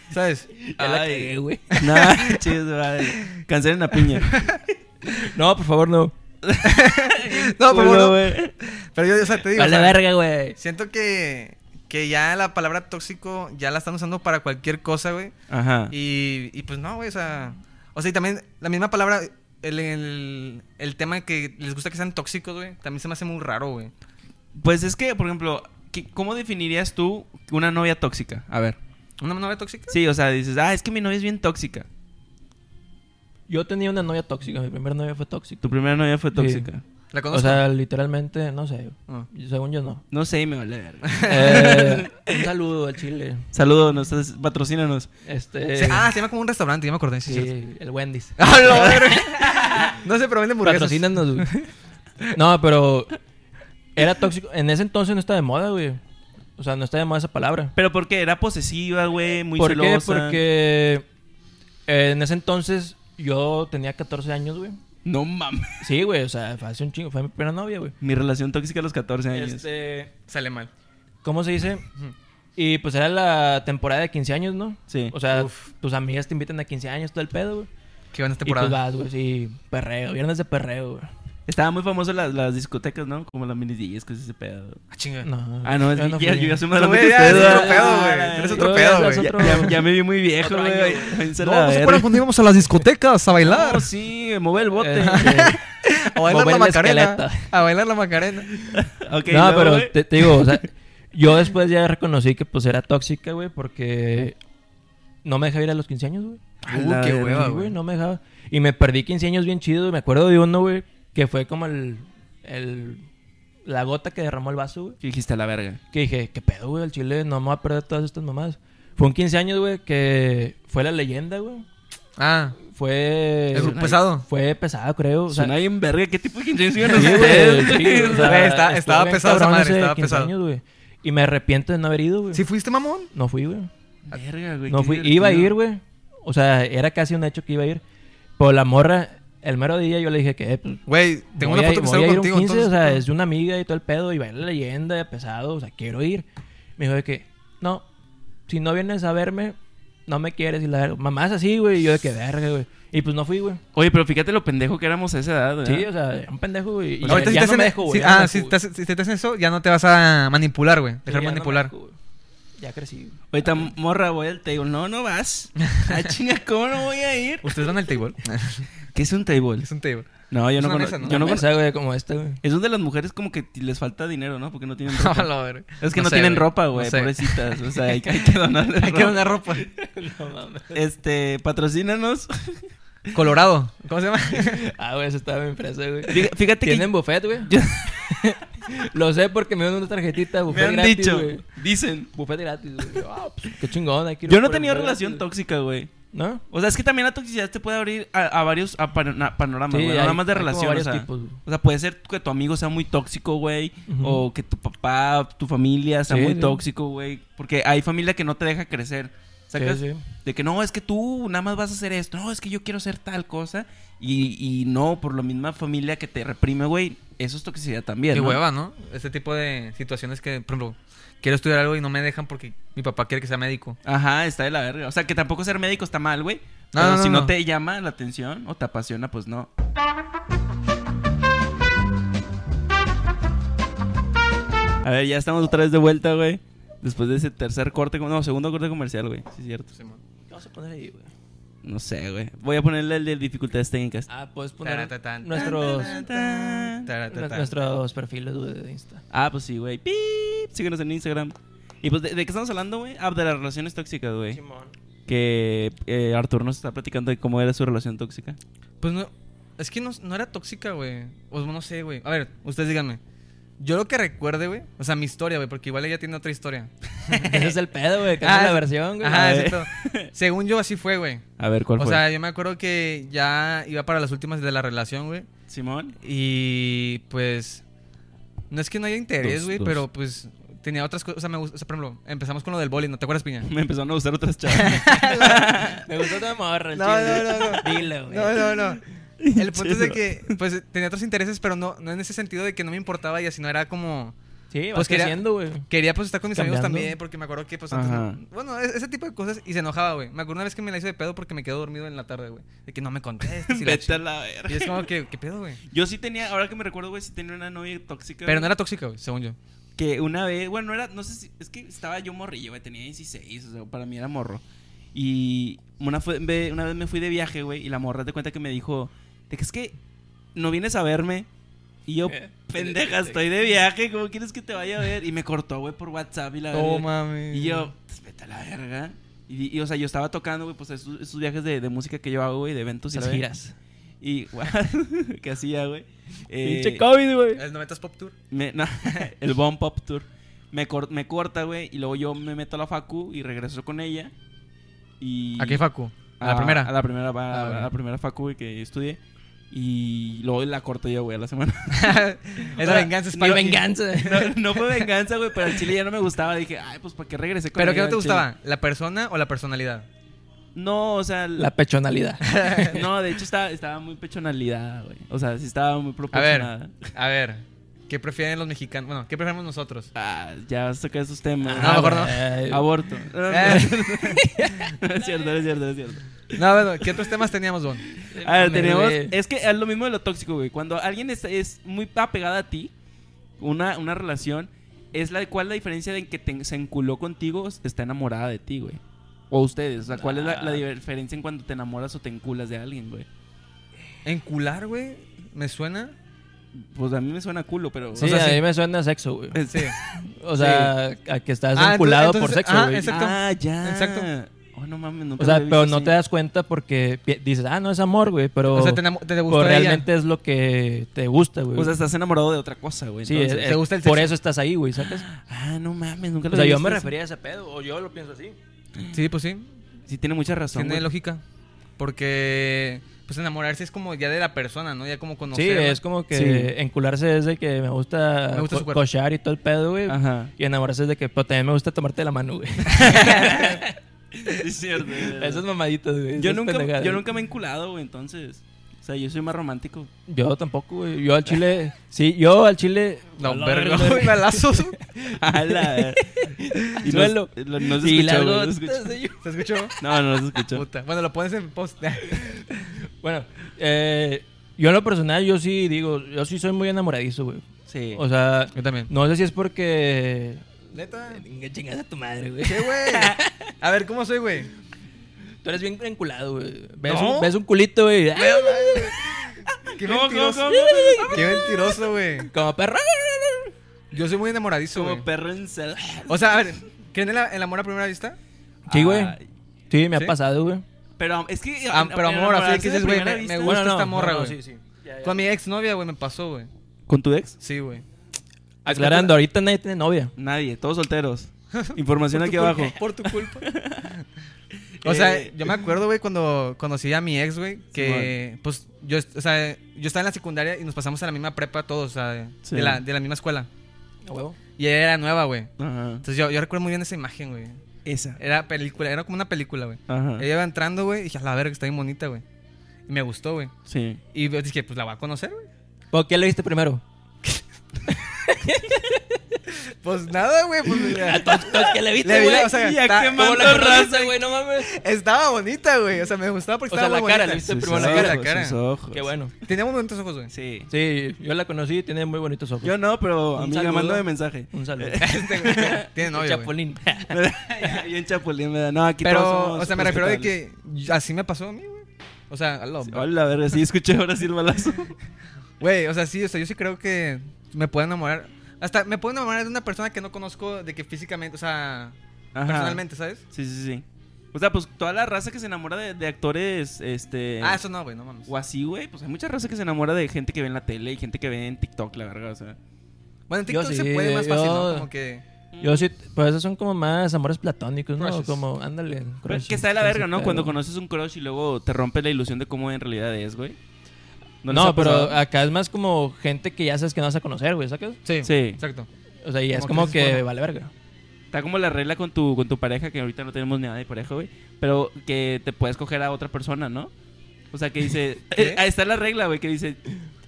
Speaker 3: (laughs)
Speaker 2: ¿Sabes?
Speaker 3: (laughs) Ya la
Speaker 1: Ay.
Speaker 3: cagué, güey.
Speaker 2: (laughs)
Speaker 1: No, chido, madre. Cancelen la piña.
Speaker 3: No, por favor, no.
Speaker 2: No, pero
Speaker 1: Culo,
Speaker 2: bueno,
Speaker 1: güey.
Speaker 2: pero yo, o sea, te digo, o
Speaker 3: Vale
Speaker 2: sea,
Speaker 3: verga, güey.
Speaker 2: siento que, que ya la palabra tóxico ya la están usando para cualquier cosa, güey.
Speaker 3: Ah.
Speaker 1: Ajá.
Speaker 2: Y, y pues no, güey, o sea, o sea, y también la misma palabra, el, el, el tema que les gusta que sean tóxicos, güey, también se me hace muy raro, güey.
Speaker 1: Pues es que, por ejemplo, ¿qué- ¿cómo definirías tú una novia tóxica? A ver.
Speaker 2: ¿Una novia tóxica?
Speaker 1: Sí, o sea, dices, ah, es que mi novia es bien tóxica.
Speaker 3: Yo tenía una novia tóxica. Mi primera novia fue tóxica.
Speaker 1: Tu primera novia fue
Speaker 3: Sí.
Speaker 1: tóxica.
Speaker 2: ¿La
Speaker 3: O
Speaker 2: conozco?
Speaker 3: sea, literalmente, no sé.
Speaker 2: Ah.
Speaker 3: Según
Speaker 2: (laughs)
Speaker 3: yo, no.
Speaker 1: No sé, me vale verga. (laughs)
Speaker 3: Eh, un saludo al chile.
Speaker 1: Saludos, nos estás- patrocínanos.
Speaker 3: Este.
Speaker 2: ah, se llama como un restaurante, ya me acordé, sí, es cierto.
Speaker 3: sí, el Wendy's.
Speaker 2: ¡A la verga! No sé, pero venden hamburguesas.
Speaker 3: Patrocínanos, güey. No, pero. Era tóxico. En ese entonces no estaba de moda, güey. O sea, no estaba de moda esa palabra.
Speaker 1: Pero porque era posesiva, güey, muy
Speaker 3: ¿Por qué?
Speaker 1: celosa.
Speaker 3: Porque. eh, en ese entonces yo tenía 14 años, güey.
Speaker 1: No mames.
Speaker 3: Sí, güey, o sea, fue hace un chingo. Fue mi primera novia, güey.
Speaker 1: Mi relación tóxica a los 14 años.
Speaker 3: Este.
Speaker 2: Sale mal.
Speaker 3: ¿Cómo se dice? Y pues era la temporada de 15 años, ¿no?
Speaker 1: Sí.
Speaker 3: O sea, tus amigas te invitan a 15 años, todo el pedo, güey.
Speaker 2: Qué este buena
Speaker 3: Y pues
Speaker 2: temporada.
Speaker 3: vas, güey, sí, perreo, viernes de perreo, güey.
Speaker 1: Estaba muy famoso las, las discotecas, ¿no? Como las mini DJs, que es ese pedo.
Speaker 2: Ah, chinga.
Speaker 3: No.
Speaker 1: Ah, no, es
Speaker 3: yo
Speaker 1: que ya,
Speaker 3: fui.
Speaker 1: yo ya soy más
Speaker 2: No,
Speaker 1: grande que
Speaker 2: güey, ya, es
Speaker 1: ustedes.
Speaker 2: otro pedo, güey.
Speaker 1: Ah,
Speaker 2: Eres
Speaker 1: ya-
Speaker 2: otro
Speaker 3: Yo,
Speaker 2: pedo,
Speaker 3: ya es
Speaker 2: güey.
Speaker 3: otro-
Speaker 1: Ya, ya me vi muy viejo,
Speaker 3: Otro
Speaker 1: güey. (laughs)
Speaker 3: año, güey.
Speaker 1: Váyanse a
Speaker 2: No,
Speaker 1: la
Speaker 2: pues
Speaker 1: verga.
Speaker 2: ahora cuando íbamos a las discotecas a bailar.
Speaker 1: No, sí, mueve el bote. (laughs)
Speaker 2: (laughs)
Speaker 3: Eh,
Speaker 2: A bailar la
Speaker 3: mover el
Speaker 2: macarena.
Speaker 3: esqueleto.
Speaker 2: A bailar la macarena.
Speaker 1: Ok,
Speaker 3: no,
Speaker 1: luego,
Speaker 3: pero
Speaker 1: güey.
Speaker 3: te, te digo,
Speaker 2: (laughs)
Speaker 3: o sea, yo después ya reconocí que pues era tóxica, güey, porque no me dejaba ir a los 15 años, güey.
Speaker 1: A la
Speaker 2: Uh, qué
Speaker 1: verga,
Speaker 2: hueva, güey.
Speaker 3: Sí, güey, no me dejaba. Y me perdí 15 años bien chido, güey. Me acuerdo de uno, güey, que fue como el, el- la gota que derramó el vaso, güey.
Speaker 1: ¿Qué dijiste a la verga?
Speaker 3: Que dije, qué pedo, güey, al chile no me voy a perder todas estas mamadas. Fue un 15 años, güey, que fue la leyenda, güey.
Speaker 2: Ah,
Speaker 3: Fue...
Speaker 2: el grupo pesado.
Speaker 3: Fue pesado, creo. O sea,
Speaker 1: Suena bien verga. ¿Qué tipo de quince años iban
Speaker 3: Sí, güey,
Speaker 1: ustedes?
Speaker 3: sí, o
Speaker 2: (laughs)
Speaker 3: sea,
Speaker 2: Güey, está-
Speaker 3: estuvo
Speaker 2: estaba
Speaker 3: bien
Speaker 2: pesado esa
Speaker 3: cabrón
Speaker 2: madre,
Speaker 3: ese
Speaker 2: estaba
Speaker 3: 15
Speaker 2: pesado.
Speaker 3: años, güey. y me arrepiento de no haber ido, güey.
Speaker 2: ¿Sí fuiste mamón?
Speaker 3: No fui, güey.
Speaker 1: (laughs) Verga, güey.
Speaker 3: No
Speaker 1: qué
Speaker 3: fui. Iba a
Speaker 1: divertido.
Speaker 3: ir, güey. O sea, era casi un hecho que iba a ir. Por la morra, el mero día yo le dije que... eh, pues,
Speaker 2: Güey, tengo
Speaker 3: voy
Speaker 2: una
Speaker 3: a-
Speaker 2: foto que
Speaker 3: voy a
Speaker 2: salgo
Speaker 3: ir un
Speaker 2: contigo.
Speaker 3: 15,
Speaker 2: entonces,
Speaker 3: o sea, es de una amiga y todo el pedo. Y va la leyenda, pesado. O sea, quiero ir. Me dijo de que... No, si no vienes a verme, no me quieres. Y la verga. Mamás así, güey. Y yo de que verga, güey. Y pues no fui, güey.
Speaker 1: Oye, pero fíjate lo pendejo que éramos a esa edad, ¿verdad?
Speaker 3: Sí, o sea, era un pendejo, güey. Y
Speaker 2: Ah. Ahorita
Speaker 3: ya,
Speaker 2: si
Speaker 3: ya
Speaker 2: te
Speaker 3: no me
Speaker 2: hacen-
Speaker 3: dejo, güey.
Speaker 2: si-
Speaker 3: ya no me
Speaker 2: Ah,
Speaker 3: dejo,
Speaker 2: si
Speaker 3: güey.
Speaker 2: te hacen- si te hacen eso, ya no te vas a manipular, güey. Dejar
Speaker 3: Sí, ya no me
Speaker 2: manipular.
Speaker 3: dejo, güey. ya crecí. güey.
Speaker 1: Ahorita morra, güey, el table. No, no
Speaker 3: (laughs)
Speaker 1: vas. Ah, chinga, ¿cómo no voy a ir?
Speaker 2: ¿Ustedes van al table? (laughs)
Speaker 1: ¿Qué es un table?
Speaker 2: es un
Speaker 3: (laughs)
Speaker 2: table.
Speaker 1: No, yo
Speaker 2: Es
Speaker 1: no
Speaker 2: una
Speaker 1: conozco.
Speaker 2: mesa, ¿no?
Speaker 1: Yo no
Speaker 3: Una
Speaker 1: conozco.
Speaker 3: mesa, güey, como esta, (laughs) güey.
Speaker 1: Es donde las mujeres como que les falta dinero, ¿no? Porque no
Speaker 3: (laughs)
Speaker 1: tienen
Speaker 2: A
Speaker 1: ropa.
Speaker 2: la verga.
Speaker 1: Es que no,
Speaker 2: sé,
Speaker 1: tienen ropa, güey,
Speaker 2: No sé.
Speaker 1: pobrecitas. O sea, hay, que- hay que donar.
Speaker 3: (laughs)
Speaker 2: Hay que donar ropa.
Speaker 1: Este,
Speaker 3: (laughs)
Speaker 1: patrocínanos.
Speaker 2: Colorado. ¿Cómo se llama?
Speaker 3: Ah, güey, eso estaba bien fresa, güey.
Speaker 1: Fí- Fíjate que
Speaker 3: ¿Tienen buffet, güey?
Speaker 1: yo-
Speaker 3: (laughs) Lo sé porque me dieron una tarjetita
Speaker 1: me
Speaker 3: buffet
Speaker 1: han
Speaker 3: gratis,
Speaker 1: dicho,
Speaker 3: güey.
Speaker 1: dicen.
Speaker 3: Buffet gratis, güey. Ah, pues, qué chingón. hay que ir
Speaker 1: Yo no
Speaker 3: por el
Speaker 1: tenía
Speaker 3: buffet
Speaker 1: relación
Speaker 3: gratis.
Speaker 1: tóxica, güey.
Speaker 3: ¿No?
Speaker 1: O sea, es que también la toxicidad te puede abrir a, a varios a pano- na- panoramas,
Speaker 3: Sí,
Speaker 1: güey, no
Speaker 3: hay-
Speaker 1: nada más de
Speaker 3: hay como
Speaker 1: relación. O
Speaker 3: varios
Speaker 1: sea,
Speaker 3: tipos, güey.
Speaker 1: o sea, puede ser que tu amigo sea muy tóxico, güey.
Speaker 3: Ujú.
Speaker 1: O que tu papá, tu familia sea
Speaker 3: Sí,
Speaker 1: muy
Speaker 3: sí.
Speaker 1: tóxico, güey. Porque hay familia que no te deja crecer. ¿Sacas?
Speaker 3: Sí, sí.
Speaker 1: De que no, es que tú nada más vas a hacer esto. No, es que yo quiero hacer tal cosa. Y, y no, por la misma familia que te reprime, güey. Eso es toxicidad también.
Speaker 2: Qué
Speaker 1: ¿no?
Speaker 2: hueva, ¿no? Este tipo de situaciones que, por ejemplo, quiero estudiar algo y no me dejan porque mi papá quiere que sea médico.
Speaker 1: Ajá, está de la verga. O sea, que tampoco ser médico está mal, güey.
Speaker 2: No,
Speaker 1: pero
Speaker 2: no, no,
Speaker 1: si no,
Speaker 2: no.
Speaker 1: te llama la atención o te apasiona, pues no. A ver, ya estamos otra vez de vuelta, güey. Después de ese tercer corte, no, segundo corte comercial, güey. Sí, es cierto.
Speaker 3: ¿Qué vamos a poner ahí, güey?
Speaker 1: No sé, güey. Voy a ponerle el de dificultades técnicas.
Speaker 3: Ah, puedes poner
Speaker 2: Taratatán.
Speaker 3: nuestros,
Speaker 1: Tan, tan, tan.
Speaker 2: Taratatán.
Speaker 3: nuestros perfiles güey, de Insta.
Speaker 1: Ah, pues sí, güey. Pip. Síguenos en Instagram. Y pues, ¿de, de qué estamos hablando, güey? Ah, de las relaciones tóxicas, güey. Que eh, Artur nos está platicando de cómo era su relación tóxica.
Speaker 2: Pues no. Es que no, no era tóxica, güey. O no sé, güey. A ver, ustedes díganme. Yo lo que recuerde, güey. O sea, mi historia, güey. Porque igual ella tiene otra historia.
Speaker 3: (laughs) Ese es el pedo, güey. Cambia
Speaker 2: Ah,
Speaker 3: la versión, güey.
Speaker 2: Ajá,
Speaker 1: A ver.
Speaker 2: exacto.
Speaker 3: (laughs)
Speaker 2: Según yo, así fue, güey.
Speaker 1: A ver, ¿cuál
Speaker 2: O
Speaker 1: fue?
Speaker 2: sea, yo me acuerdo que ya iba para las últimas de la relación, güey.
Speaker 1: Simón.
Speaker 2: Y pues. No es que no haya interés,
Speaker 1: Dos,
Speaker 2: güey,
Speaker 1: dos.
Speaker 2: pero pues tenía otras cosas. O sea, me gusta. O sea, por ejemplo, empezamos con lo del boli, ¿no te acuerdas, Piña? (laughs)
Speaker 1: Me empezaron a gustar otras chavas.
Speaker 3: Ah, Me gustó tu morra, el
Speaker 2: No,
Speaker 3: chile.
Speaker 2: no, no, no.
Speaker 3: Dilo, güey.
Speaker 2: No, no, no. El punto es de
Speaker 1: Chido.
Speaker 2: que pues tenía otros intereses, pero no, no en ese sentido de que no me importaba y así no era como
Speaker 3: Sí, vas
Speaker 2: Pues quería-
Speaker 3: creciendo, güey.
Speaker 2: quería pues estar con mis amigos
Speaker 3: Cambiando.
Speaker 2: también porque me acuerdo que pues antes
Speaker 1: Ajá.
Speaker 2: no- bueno, e- ese tipo de cosas y se enojaba, güey. Me acuerdo una vez que me la hizo de pedo porque me quedó dormido en la tarde, güey, de que no me contestes y la
Speaker 1: Vete a
Speaker 2: chi-
Speaker 1: la
Speaker 2: Y es
Speaker 1: verga.
Speaker 2: como que qué pedo, güey.
Speaker 1: Yo sí tenía, ahora que me recuerdo, güey, sí tenía una novia tóxica.
Speaker 2: Pero no
Speaker 1: güey,
Speaker 2: era tóxica, güey, según yo.
Speaker 1: Que una vez, bueno, no era, no sé si, es que estaba yo morrillo, güey, tenía 16, o sea, para mí era morro. Y una, fue- ve- una vez me fui de viaje, güey, y la morra te cuenta que me dijo, de que es que no vienes a verme. Y yo, pendeja, estoy de viaje, ¿cómo quieres que te vaya a ver? Y me cortó, güey, por WhatsApp y la
Speaker 3: Oh,
Speaker 1: verga.
Speaker 2: No mames.
Speaker 1: Y yo, pues vete a la verga. Y, y, o sea, yo estaba tocando, güey, pues esos, esos viajes de, de música que yo hago, güey, de eventos y
Speaker 3: Las
Speaker 1: la verga.
Speaker 3: giras.
Speaker 1: Y, (laughs) guau, ¿qué hacía, güey? Eh,
Speaker 3: Pinche COVID, güey.
Speaker 2: el 90s Pop Tour.
Speaker 1: me-
Speaker 2: (laughs)
Speaker 1: no, el Bomb Pop Tour. Me, cor- me corta, güey, y luego yo me meto a la facu y regreso con ella. Y
Speaker 2: ¿A qué facu? Ah, A la primera.
Speaker 1: A la primera, a,
Speaker 2: Ah,
Speaker 1: a
Speaker 2: bueno.
Speaker 1: la primera facu, güey, que estudié. Y luego la corto yo, güey, a la semana.
Speaker 2: (laughs) es
Speaker 1: sea,
Speaker 2: la venganza, es
Speaker 1: no-
Speaker 2: para
Speaker 3: Pero
Speaker 2: mí.
Speaker 3: venganza.
Speaker 1: No, no fue venganza, güey, pero al chile ya no me gustaba. Dije, ay, pues, ¿para qué regresé con
Speaker 2: Pero
Speaker 1: ella
Speaker 2: ¿qué no te
Speaker 1: al chile?"
Speaker 2: gustaba? ¿La persona o la personalidad?
Speaker 1: No, o sea...
Speaker 3: La pechonalidad.
Speaker 1: (laughs) No, de hecho estaba, estaba muy pechonalidad, güey. O sea, sí estaba muy
Speaker 2: A ver,
Speaker 1: proporcionada.
Speaker 2: a ver. ¿Qué prefieren los mexicanos? Bueno, ¿qué preferimos nosotros?
Speaker 1: Ah, ya vas a tocar esos temas.
Speaker 2: Ah,
Speaker 1: Ah,
Speaker 2: No, mejor no.
Speaker 3: güey.
Speaker 1: Aborto. No, no,
Speaker 2: (laughs) Eh.
Speaker 1: (laughs) no, es cierto, no es cierto, no es cierto.
Speaker 2: (laughs) No, bueno, ¿qué otros temas teníamos, Don?
Speaker 1: A ver,
Speaker 3: Me
Speaker 1: tenemos.
Speaker 3: ve.
Speaker 1: Es que es lo mismo de lo tóxico, güey. Cuando alguien es, es muy apegada a ti, una, una relación, es la cuál es la diferencia de que te- se enculó contigo, está enamorada de ti, güey. O ustedes, o sea, ¿cuál es la, la
Speaker 3: Ah.
Speaker 1: diferencia en cuando te enamoras o te enculas de alguien, güey?
Speaker 2: ¿Encular, güey? ¿Me suena?
Speaker 1: Pues a mí me suena culo, pero.
Speaker 3: Sí,
Speaker 1: o sea,
Speaker 2: sea,
Speaker 3: a
Speaker 1: (laughs)
Speaker 2: sí.
Speaker 3: mí me suena a sexo,
Speaker 1: Eh,
Speaker 3: güey.
Speaker 2: Sí.
Speaker 3: O sea, a que estás
Speaker 2: Ah,
Speaker 3: vinculado
Speaker 2: entonces-
Speaker 3: por sexo,
Speaker 2: ah,
Speaker 3: güey.
Speaker 2: exacto.
Speaker 1: Ah, ya.
Speaker 2: Exacto.
Speaker 1: Oh, no mames, nunca
Speaker 3: O sea,
Speaker 1: lo había
Speaker 3: pero
Speaker 1: visto
Speaker 3: no
Speaker 1: así.
Speaker 3: te das cuenta porque pi- dices, ah, no es amor, güey, pero
Speaker 2: O sea, ¿te, enamo- te gustó
Speaker 3: pues,
Speaker 2: ella?
Speaker 3: realmente es lo que te gusta, güey.
Speaker 1: O sea, estás enamorado de otra cosa, güey.
Speaker 3: sí,
Speaker 1: entonces.
Speaker 3: es-
Speaker 2: ¿te gusta el
Speaker 3: por
Speaker 2: sexo?
Speaker 3: eso estás ahí, güey, ¿sabes?
Speaker 1: Ah, no mames, nunca lo
Speaker 3: O sea,
Speaker 1: había
Speaker 3: yo me
Speaker 1: visto así.
Speaker 3: refería a ese pedo, o yo lo pienso así.
Speaker 2: Sí, pues sí.
Speaker 1: Sí, tiene mucha razón.
Speaker 2: Tiene
Speaker 1: güey.
Speaker 2: lógica. Porque, pues enamorarse es como ya de la persona, ¿no? Ya como conocer.
Speaker 3: sí, es como que
Speaker 1: Sí.
Speaker 3: encularse es de que me gusta,
Speaker 2: Me gusta su cuerpo.
Speaker 3: cochar y todo el pedo, güey.
Speaker 1: Ajá.
Speaker 3: Y enamorarse es de que, pero también me gusta tomarte la mano, güey.
Speaker 1: (laughs) Es cierto.
Speaker 3: Esas mamaditas, güey.
Speaker 1: yo,
Speaker 3: esas
Speaker 1: nunca,
Speaker 3: pendejadas.
Speaker 1: yo nunca me he enculado, güey, entonces. O sea, yo soy más
Speaker 2: (laughs)
Speaker 1: romántico.
Speaker 3: Yo tampoco, güey. Yo al chile... sí, yo al chile...
Speaker 2: No,
Speaker 3: la
Speaker 2: verga,
Speaker 3: verga.
Speaker 2: güey, balazos. (laughs)
Speaker 1: Ala. (laughs) y no,
Speaker 3: Suelo.
Speaker 1: lo- no se
Speaker 3: Y las
Speaker 1: escuchó, güey, no se
Speaker 3: gotas
Speaker 1: escuchó.
Speaker 3: de lluvia.
Speaker 2: ¿Se escuchó?
Speaker 1: No, no se escuchó.
Speaker 2: Puta. Bueno, lo pones en post. (laughs)
Speaker 3: Bueno, eh, yo en lo personal, yo sí digo, yo sí soy muy enamoradizo, güey.
Speaker 1: Sí.
Speaker 3: O sea,
Speaker 2: Yo también.
Speaker 3: no sé si es porque.
Speaker 2: Neta.
Speaker 3: Chingas a tu madre, güey.
Speaker 2: ¿Qué, güey? A ver, ¿cómo soy, güey?
Speaker 3: Tú eres bien enculado, güey. Ves,
Speaker 2: ¿No?
Speaker 3: un, ves un culito, "Ah, güey. ¡ay!
Speaker 2: Qué
Speaker 1: ¿Cómo, cómo,
Speaker 2: mentiroso.
Speaker 1: cómo?
Speaker 2: Qué mentiroso, güey.
Speaker 3: Como perro.
Speaker 2: Yo soy muy enamoradizo, güey.
Speaker 1: Como perro en cel.
Speaker 2: O sea, a ver, ¿creen el, el amor a primera vista?
Speaker 3: Sí, güey.
Speaker 1: Ay,
Speaker 3: Sí, me
Speaker 2: ¿Sí?
Speaker 3: ha pasado, güey.
Speaker 1: Pero es que.
Speaker 2: Ah, pero amor, así
Speaker 1: enamorarse
Speaker 2: que dices,
Speaker 1: de
Speaker 2: güey,
Speaker 1: primera
Speaker 2: me- me
Speaker 1: vista-
Speaker 2: gusta esta morra, güey.
Speaker 3: sí, sí. Ya, ya.
Speaker 2: Con mi exnovia, güey, me pasó, güey.
Speaker 1: ¿Con tu ex?
Speaker 2: Sí, güey.
Speaker 3: Aclarando, ahorita nadie tiene novia.
Speaker 2: (laughs)
Speaker 1: Nadie, todos solteros. Información
Speaker 2: Por tu
Speaker 1: aquí
Speaker 2: culpa-
Speaker 1: abajo.
Speaker 2: Por tu culpa. O sea,
Speaker 1: Eh,
Speaker 2: yo me acuerdo, güey, cuando conocí a mi ex, güey, que pues yo, est- o sea, yo estaba en la secundaria y nos pasamos a la misma prepa todos, o sea, de,
Speaker 1: Sí.
Speaker 2: de la, de la misma escuela. Y ella era nueva, güey.
Speaker 1: Ajá.
Speaker 2: Entonces yo, yo recuerdo muy bien esa imagen, güey.
Speaker 1: Esa.
Speaker 2: Era película, era como una película, güey.
Speaker 1: Ajá.
Speaker 2: Ella iba entrando, güey, y dije, a la verga, está bien bonita, güey. Y me gustó, güey.
Speaker 1: Sí.
Speaker 2: Y yo dije, pues la voy a conocer, güey.
Speaker 3: ¿Por qué lo viste primero?
Speaker 2: Pues nada, güey,
Speaker 1: (laughs)
Speaker 2: pues mira,
Speaker 3: ¿Qué
Speaker 2: Le
Speaker 3: le
Speaker 2: vi la- o sea,
Speaker 1: Y a
Speaker 2: está-
Speaker 1: quemando
Speaker 3: ¿Cómo la
Speaker 1: raza,
Speaker 3: conociste, güey? No mames.
Speaker 2: estaba bonita, güey. O sea, me gustaba porque
Speaker 3: O sea,
Speaker 2: estaba
Speaker 3: la
Speaker 2: muy
Speaker 3: cara, le
Speaker 2: bonita.
Speaker 3: viste primero
Speaker 1: Sus
Speaker 3: la cara.
Speaker 2: la cara.
Speaker 1: sus ojos.
Speaker 3: Qué bueno.
Speaker 2: Tenía muy bonitos ojos, güey.
Speaker 1: Sí.
Speaker 3: Sí, yo la conocí y tiene muy bonitos ojos.
Speaker 1: Yo no, pero
Speaker 3: Un
Speaker 1: amiga,
Speaker 3: saludo.
Speaker 1: mándame
Speaker 2: (laughs)
Speaker 1: mensaje. (laughs)
Speaker 3: Un saludo.
Speaker 2: Este, güey,
Speaker 3: (laughs)
Speaker 2: Tiene novio, güey.
Speaker 3: Chapulín.
Speaker 1: Bien chapulín, me da. No, aquí todos
Speaker 2: Pero,
Speaker 1: somos
Speaker 2: o sea, me refiero de que así me pasó a mí, güey. O sea, a lo-
Speaker 1: respetables. Hola, verga, sí, escuché ahora sí el
Speaker 3: (laughs)
Speaker 1: balazo.
Speaker 2: Güey, o sea, sí, o sea, yo sí creo que me puedo enamorar. Hasta me puedo enamorar de una persona que no conozco de que físicamente, o sea,
Speaker 1: Ajá.
Speaker 2: personalmente, ¿sabes?
Speaker 1: Sí, sí, sí. O sea, pues toda la raza que se enamora de, de actores, este.
Speaker 2: Ah, eso no, güey, no mames.
Speaker 1: O así, güey. Pues hay mucha raza que se enamora de gente que ve en la tele y gente que ve en TikTok, la verga, o sea.
Speaker 2: Bueno, en
Speaker 3: Yo
Speaker 2: TikTok se
Speaker 3: sí,
Speaker 2: puede más fácil, ¿no?
Speaker 3: yo-
Speaker 2: Como que...
Speaker 3: Yo sí, pues esos son como más amores platónicos, ¿no?
Speaker 2: Crushes.
Speaker 3: Como, ándale.
Speaker 1: Pero
Speaker 3: crushes,
Speaker 1: que está de la verga,
Speaker 3: ese
Speaker 1: ¿no?
Speaker 3: pedo.
Speaker 1: Cuando conoces un crush y luego te rompes la ilusión de cómo en realidad es, güey. les
Speaker 3: No,
Speaker 1: ha
Speaker 3: pero ah,
Speaker 1: pasado?
Speaker 3: acá es más como gente que ya sabes que no vas a conocer, güey, ¿sacas?
Speaker 2: Sí,
Speaker 1: Sí.
Speaker 2: exacto.
Speaker 3: O sea, y es
Speaker 2: Como
Speaker 3: como
Speaker 2: que dices,
Speaker 3: que
Speaker 2: bueno.
Speaker 3: vale verga.
Speaker 1: Está como la regla con tu, con tu pareja, que ahorita no tenemos ni nada de pareja, güey. Pero que te puedes coger a otra persona, ¿no? O sea, que dice...
Speaker 2: (laughs) ¿Qué?
Speaker 1: eh, ahí está la regla, güey, que dice...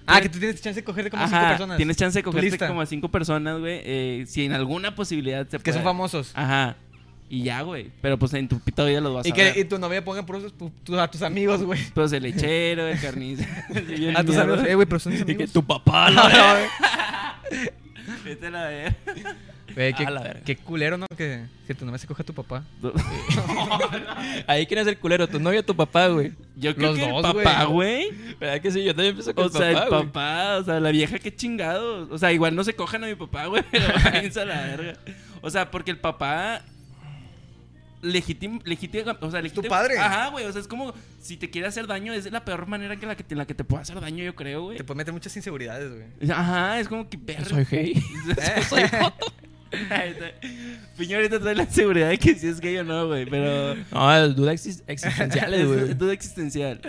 Speaker 2: Ah, que tú tienes chance de cogerte como cinco
Speaker 1: ajá,
Speaker 2: personas.
Speaker 1: Tienes chance de
Speaker 2: Tu
Speaker 1: cogerte
Speaker 2: lista.
Speaker 1: como a cinco personas, güey. eh, si en alguna posibilidad se
Speaker 2: Que son
Speaker 1: puede.
Speaker 2: famosos.
Speaker 1: Ajá. Y ya, güey. Pero pues en tu pita vida los vas
Speaker 2: y
Speaker 1: a
Speaker 2: que
Speaker 1: ver.
Speaker 2: y tu novia ponga por esos pu- tu- a tus amigos, güey.
Speaker 1: Pues el lechero, el carniz.
Speaker 2: (laughs)
Speaker 1: (laughs)
Speaker 2: A tus amigos. Eh, güey, pero (laughs) son mis
Speaker 3: Y que
Speaker 2: amigos.
Speaker 3: tu papá,
Speaker 2: No,
Speaker 3: la
Speaker 2: no, güey.
Speaker 1: Vete a la verga.
Speaker 2: (laughs) Güey, qué,
Speaker 3: A la verga.
Speaker 2: qué culero, ¿no? Que, que tu novia se coge a tu papá.
Speaker 3: Ahí quién es el culero, tu novio o tu papá, güey.
Speaker 1: Yo creo
Speaker 2: Los
Speaker 1: que
Speaker 2: dos,
Speaker 1: el
Speaker 2: güey.
Speaker 1: papá, güey.
Speaker 3: ¿Verdad que sí? Yo también pienso que
Speaker 1: O
Speaker 3: el
Speaker 1: sea, el
Speaker 3: papá, güey.
Speaker 1: papá, o sea, la vieja, qué chingado. O sea, igual no se cojan a mi papá, güey,
Speaker 3: (laughs)
Speaker 1: pero váyanse a la verga. O sea, porque el papá. Legítimo, legítimo, o sea, legítimo-
Speaker 2: padre.
Speaker 1: Ajá, güey, o sea, es como si te quiere hacer daño, es la peor manera que la que te, en la que te puede hacer daño, yo creo, güey.
Speaker 2: Te puede meter muchas inseguridades, güey.
Speaker 1: Ajá, es como que verga.
Speaker 3: Soy
Speaker 1: (laughs)
Speaker 3: gay. Eh.
Speaker 1: Soy
Speaker 3: (laughs)
Speaker 1: joto. Piñón ahorita trae la seguridad de que si es gay o no, güey, pero.
Speaker 3: No, es duda exis-
Speaker 1: (laughs)
Speaker 3: existenciales,
Speaker 1: Es
Speaker 3: güey.
Speaker 1: duda existencial.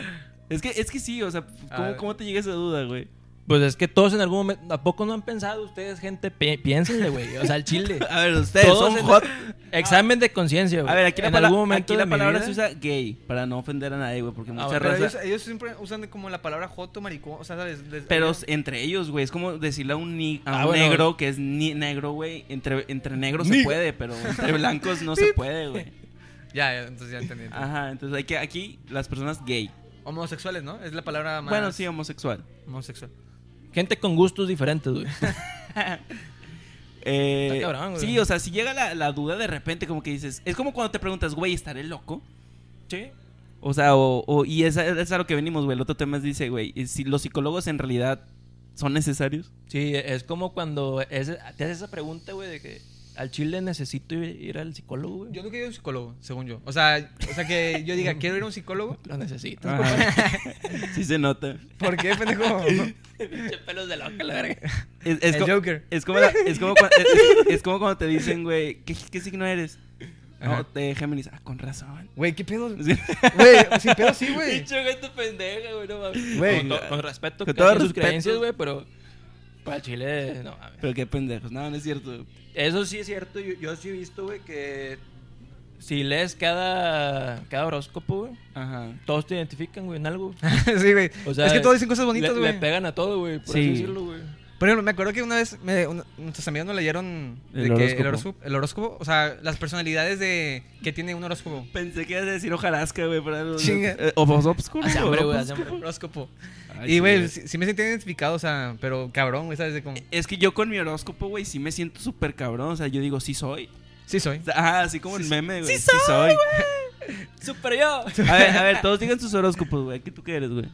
Speaker 1: Es que, es que sí, o sea,
Speaker 2: Ah.
Speaker 1: ¿cómo, cómo te llega esa duda, güey?
Speaker 3: Pues es que todos en algún momento... ¿A poco no han pensado ustedes, gente? Pi- piénsenle, güey. O sea, el chile.
Speaker 1: A ver, (laughs) ustedes
Speaker 3: Todos
Speaker 1: son
Speaker 3: en-
Speaker 1: hot.
Speaker 3: Examen de conciencia, güey.
Speaker 1: A ver, aquí la,
Speaker 3: en
Speaker 1: pala-
Speaker 3: algún
Speaker 1: aquí
Speaker 3: momento
Speaker 1: la
Speaker 3: de mi
Speaker 1: palabra
Speaker 3: vida-
Speaker 1: se usa gay para no ofender a nadie, güey, porque
Speaker 3: Ah,
Speaker 1: mucha
Speaker 3: bueno,
Speaker 2: Pero
Speaker 1: raza.
Speaker 2: ellos, ellos siempre usan como la palabra joto, maricón, o sea, ¿sabes? Les-
Speaker 1: Pero
Speaker 2: ellos-
Speaker 1: entre ellos, güey, es como decirle a un, ni- a
Speaker 3: Ah,
Speaker 1: un
Speaker 3: bueno.
Speaker 1: negro que es ni- negro, güey. Entre, entre negros se
Speaker 3: Ni-
Speaker 1: puede, pero
Speaker 3: (laughs)
Speaker 1: entre blancos no se puede, güey.
Speaker 2: Ya, ya, entonces ya entendí.
Speaker 1: Ajá, entonces hay que, aquí las personas gay.
Speaker 2: Homosexuales, ¿no? Es la palabra más...
Speaker 1: Bueno, sí, homosexual.
Speaker 2: Homosexual.
Speaker 3: Gente con gustos diferentes, güey.
Speaker 1: Eh,
Speaker 3: Está cabrón, güey.
Speaker 1: sí, o sea, si llega la, la duda de repente, como que dices, es como cuando te preguntas, güey, ¿estaré loco?
Speaker 3: Sí.
Speaker 1: O sea, o, o- y es, es a lo que venimos, güey. El otro tema es, dice, güey, ¿y si los psicólogos en realidad son necesarios.
Speaker 3: Sí, es como cuando es- te haces esa pregunta, güey, de que al chile necesito ir, ir al psicólogo, güey.
Speaker 2: Yo nunca he ido a un psicólogo, según yo. O sea, o sea que yo diga, quiero ir a un psicólogo.
Speaker 3: Lo necesito.
Speaker 2: Ah.
Speaker 1: (laughs) sí se nota.
Speaker 2: (laughs) ¿Por qué, pendejo?
Speaker 3: Pinche pelos de loca, la verga.
Speaker 1: Es, es
Speaker 2: El
Speaker 1: co-
Speaker 2: Joker.
Speaker 1: es como la- es como cua- es- es como cuando te dicen, güey, ¿qué, qué signo eres?
Speaker 2: Ajá.
Speaker 1: No, te Géminis. Ah, con
Speaker 2: (laughs)
Speaker 1: razón.
Speaker 2: Güey, ¿qué pedo? Güey,
Speaker 1: Sí.
Speaker 2: sin pedo sí, güey.
Speaker 3: Pinche gente pendeja, güey, no mames.
Speaker 2: Güey.
Speaker 3: Con, to- con respeto
Speaker 1: Con
Speaker 3: con
Speaker 1: todo
Speaker 3: todas sus
Speaker 1: respeto.
Speaker 3: creencias, güey, pero para el chile, no mames.
Speaker 1: Pero qué pendejos. No, no es cierto.
Speaker 3: Eso sí es cierto, yo, yo sí he visto, güey, que si lees cada, cada horóscopo, güey,
Speaker 1: Ajá.
Speaker 3: todos te identifican, güey, en algo.
Speaker 2: (laughs) sí, güey.
Speaker 3: O sea,
Speaker 2: es que todos dicen cosas bonitas,
Speaker 3: Le, le
Speaker 2: güey.
Speaker 3: pegan a todo, güey, por
Speaker 1: Sí.
Speaker 3: así decirlo, güey.
Speaker 2: Por ejemplo, me acuerdo que una vez me- un- nuestros amigos nos leyeron de
Speaker 1: El
Speaker 2: que el,
Speaker 1: horóscopo.
Speaker 2: horóscopo, el horóscopo, o sea, las personalidades de que tiene un horóscopo.
Speaker 1: Pensé que ibas a decir hojarasca, güey, para algo.
Speaker 2: Chinga.
Speaker 1: Eh, O vos obscuro.
Speaker 3: (laughs) Hace hambre, Ah, güey,
Speaker 1: o-
Speaker 3: hace hambre.
Speaker 2: Horóscopo.
Speaker 1: Ay,
Speaker 2: Y,
Speaker 1: sí,
Speaker 2: güey, sí, sí me sentí identificado, o sea, pero cabrón, güey, ¿sabes? De como,
Speaker 1: Es que yo con mi horóscopo, güey, sí me siento súper cabrón. O sea, yo digo, sí soy.
Speaker 2: sí soy.
Speaker 1: O sea, Ajá, así como
Speaker 2: Sí
Speaker 1: el
Speaker 2: soy.
Speaker 1: meme,
Speaker 3: Sí
Speaker 1: güey. Sí soy.
Speaker 2: (laughs)
Speaker 3: ¡Super yo!
Speaker 1: (laughs) A ver, a ver, todos digan sus horóscopos, güey. ¿Qué tú qué eres, güey?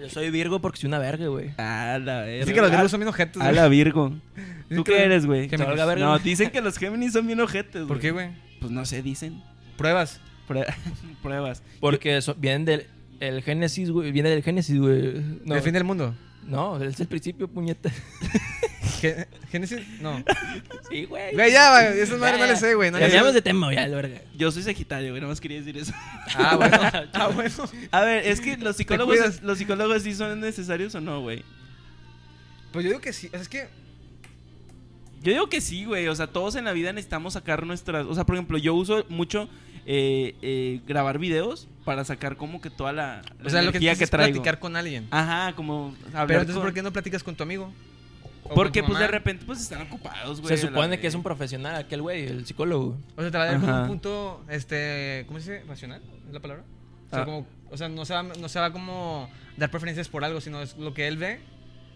Speaker 3: Yo soy Virgo porque soy una verga, güey.
Speaker 1: Ah, la verga.
Speaker 2: Dicen que los
Speaker 1: Ah,
Speaker 2: virgos son bien ojetes,
Speaker 1: A
Speaker 2: güey.
Speaker 1: la Virgo.
Speaker 2: Es
Speaker 1: ¿Tú
Speaker 2: que
Speaker 1: qué
Speaker 2: los
Speaker 1: eres, güey?
Speaker 2: Géminis.
Speaker 3: Valga verga.
Speaker 1: No, (laughs) dicen que los Géminis son bien ojetes, güey.
Speaker 2: ¿Por qué, güey?
Speaker 1: Pues no sé, dicen.
Speaker 2: Pruebas.
Speaker 1: Prue- (laughs) Pruebas.
Speaker 3: Porque so- vienen del el Génesis, güey. Viene del Génesis, güey. No,
Speaker 2: El fin del mundo.
Speaker 3: (laughs) no, es el principio, puñeta.
Speaker 2: Ge- Génesis,
Speaker 1: (laughs)
Speaker 2: no.
Speaker 1: Sí, güey.
Speaker 2: Güey, ya, va, esas madres no le sé, güey. No
Speaker 4: Ya
Speaker 2: le sé.
Speaker 4: hablamos de tema, ya, la verga.
Speaker 1: Yo soy Sagitario, güey. Nomás quería decir eso.
Speaker 2: Ah, bueno. Ah, bueno.
Speaker 1: (laughs) A ver, es que los psicólogos,
Speaker 2: cuidas.
Speaker 1: los psicólogos sí son necesarios o no, güey.
Speaker 2: Pues yo digo que sí. o sea, Es que.
Speaker 1: Yo digo que sí, güey. O sea, todos en la vida necesitamos sacar nuestras. O sea, por ejemplo, yo uso mucho eh, eh, grabar videos para sacar como que toda la, la
Speaker 2: O sea, lo que
Speaker 1: energía
Speaker 2: tienes
Speaker 1: que
Speaker 2: es
Speaker 1: traigo.
Speaker 2: platicar con alguien.
Speaker 1: Ajá, como hablar
Speaker 2: Pero entonces,
Speaker 1: con-
Speaker 2: ¿por qué no platicas con tu amigo? O con
Speaker 1: Porque
Speaker 2: tu
Speaker 1: pues de
Speaker 2: mamá?
Speaker 1: repente pues están ocupados, güey.
Speaker 3: Se
Speaker 1: a la
Speaker 3: supone que
Speaker 1: vez.
Speaker 3: es un profesional aquel güey, el psicólogo.
Speaker 2: O sea, te va a dar como
Speaker 1: Ajá.
Speaker 2: un punto, este, ¿cómo se dice? ¿Racional? ¿Es la palabra? O sea,
Speaker 1: Ah.
Speaker 2: como, o sea no, se va, no se va como dar preferencias por algo, sino es lo que él ve,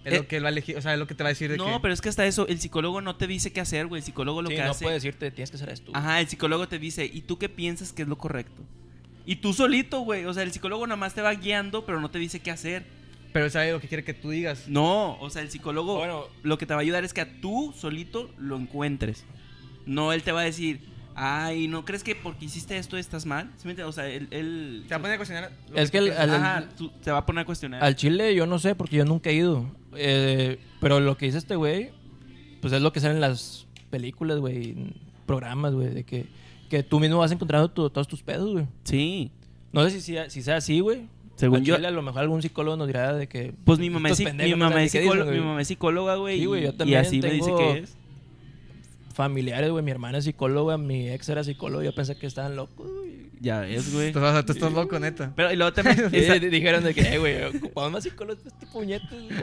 Speaker 2: es
Speaker 1: Eh.
Speaker 2: lo que él va a elegir, o sea, es lo que te va a decir de
Speaker 1: No,
Speaker 2: que...
Speaker 1: pero es que hasta eso, el psicólogo no te dice qué hacer, güey. El psicólogo lo
Speaker 3: Sí,
Speaker 1: que
Speaker 3: no
Speaker 1: hace.
Speaker 3: puede decirte, tienes que ser esto.
Speaker 1: Ajá, el psicólogo te dice, ¿y tú qué piensas que es lo correcto? Y tú solito, güey. O sea, el psicólogo nada más te va guiando, pero no te dice qué hacer.
Speaker 2: Pero él sabe lo que quiere que tú digas.
Speaker 1: No, o sea, el psicólogo
Speaker 3: Bueno.
Speaker 1: lo que te va a ayudar es que a tú solito lo encuentres. No, él te va a decir, ay, ¿no crees que porque hiciste esto estás mal? ¿Sí me entiendes? O sea, él... él-
Speaker 2: Te va a poner a cuestionar... lo
Speaker 3: Es
Speaker 2: tú
Speaker 3: que el-
Speaker 2: piensas.
Speaker 3: al-
Speaker 1: Ajá, tú- te va a poner a cuestionar.
Speaker 3: Al Chile yo no sé, porque yo nunca he ido. Eh, pero lo que dice este güey, pues es lo que sale en las películas, güey, en programas, güey, de que, que tú mismo vas encontrando tu- todos tus pedos, güey.
Speaker 1: Sí.
Speaker 3: No sé si sea, si sea así, güey.
Speaker 1: Según
Speaker 3: Al
Speaker 1: yo-
Speaker 3: Chile, a lo mejor algún psicólogo nos dirá de que...
Speaker 1: Pues mi mamá, es,
Speaker 3: estos
Speaker 1: psi-
Speaker 3: pendejos
Speaker 1: mi,
Speaker 3: no
Speaker 1: mamá
Speaker 3: saben
Speaker 1: es
Speaker 3: ni qué dicen,
Speaker 1: psicólogo- mi
Speaker 3: güey.
Speaker 1: mamá es psicóloga, güey.
Speaker 3: Sí, güey, yo
Speaker 1: y- Y
Speaker 3: también
Speaker 1: así me dice
Speaker 3: tengo-
Speaker 1: que es.
Speaker 3: Familiares, güey, mi hermana es psicóloga, mi ex era psicólogo, yo pensé que estaban locos,
Speaker 1: (laughs)
Speaker 3: güey.
Speaker 1: Ya es, güey.
Speaker 2: Tú, o sea, tú estás loco, neta.
Speaker 1: Pero y luego
Speaker 2: (laughs)
Speaker 1: también.
Speaker 3: Y
Speaker 1: está-
Speaker 3: dijeron de que, "Eh, güey, ocupamos más psicólogos este puñetes, güey".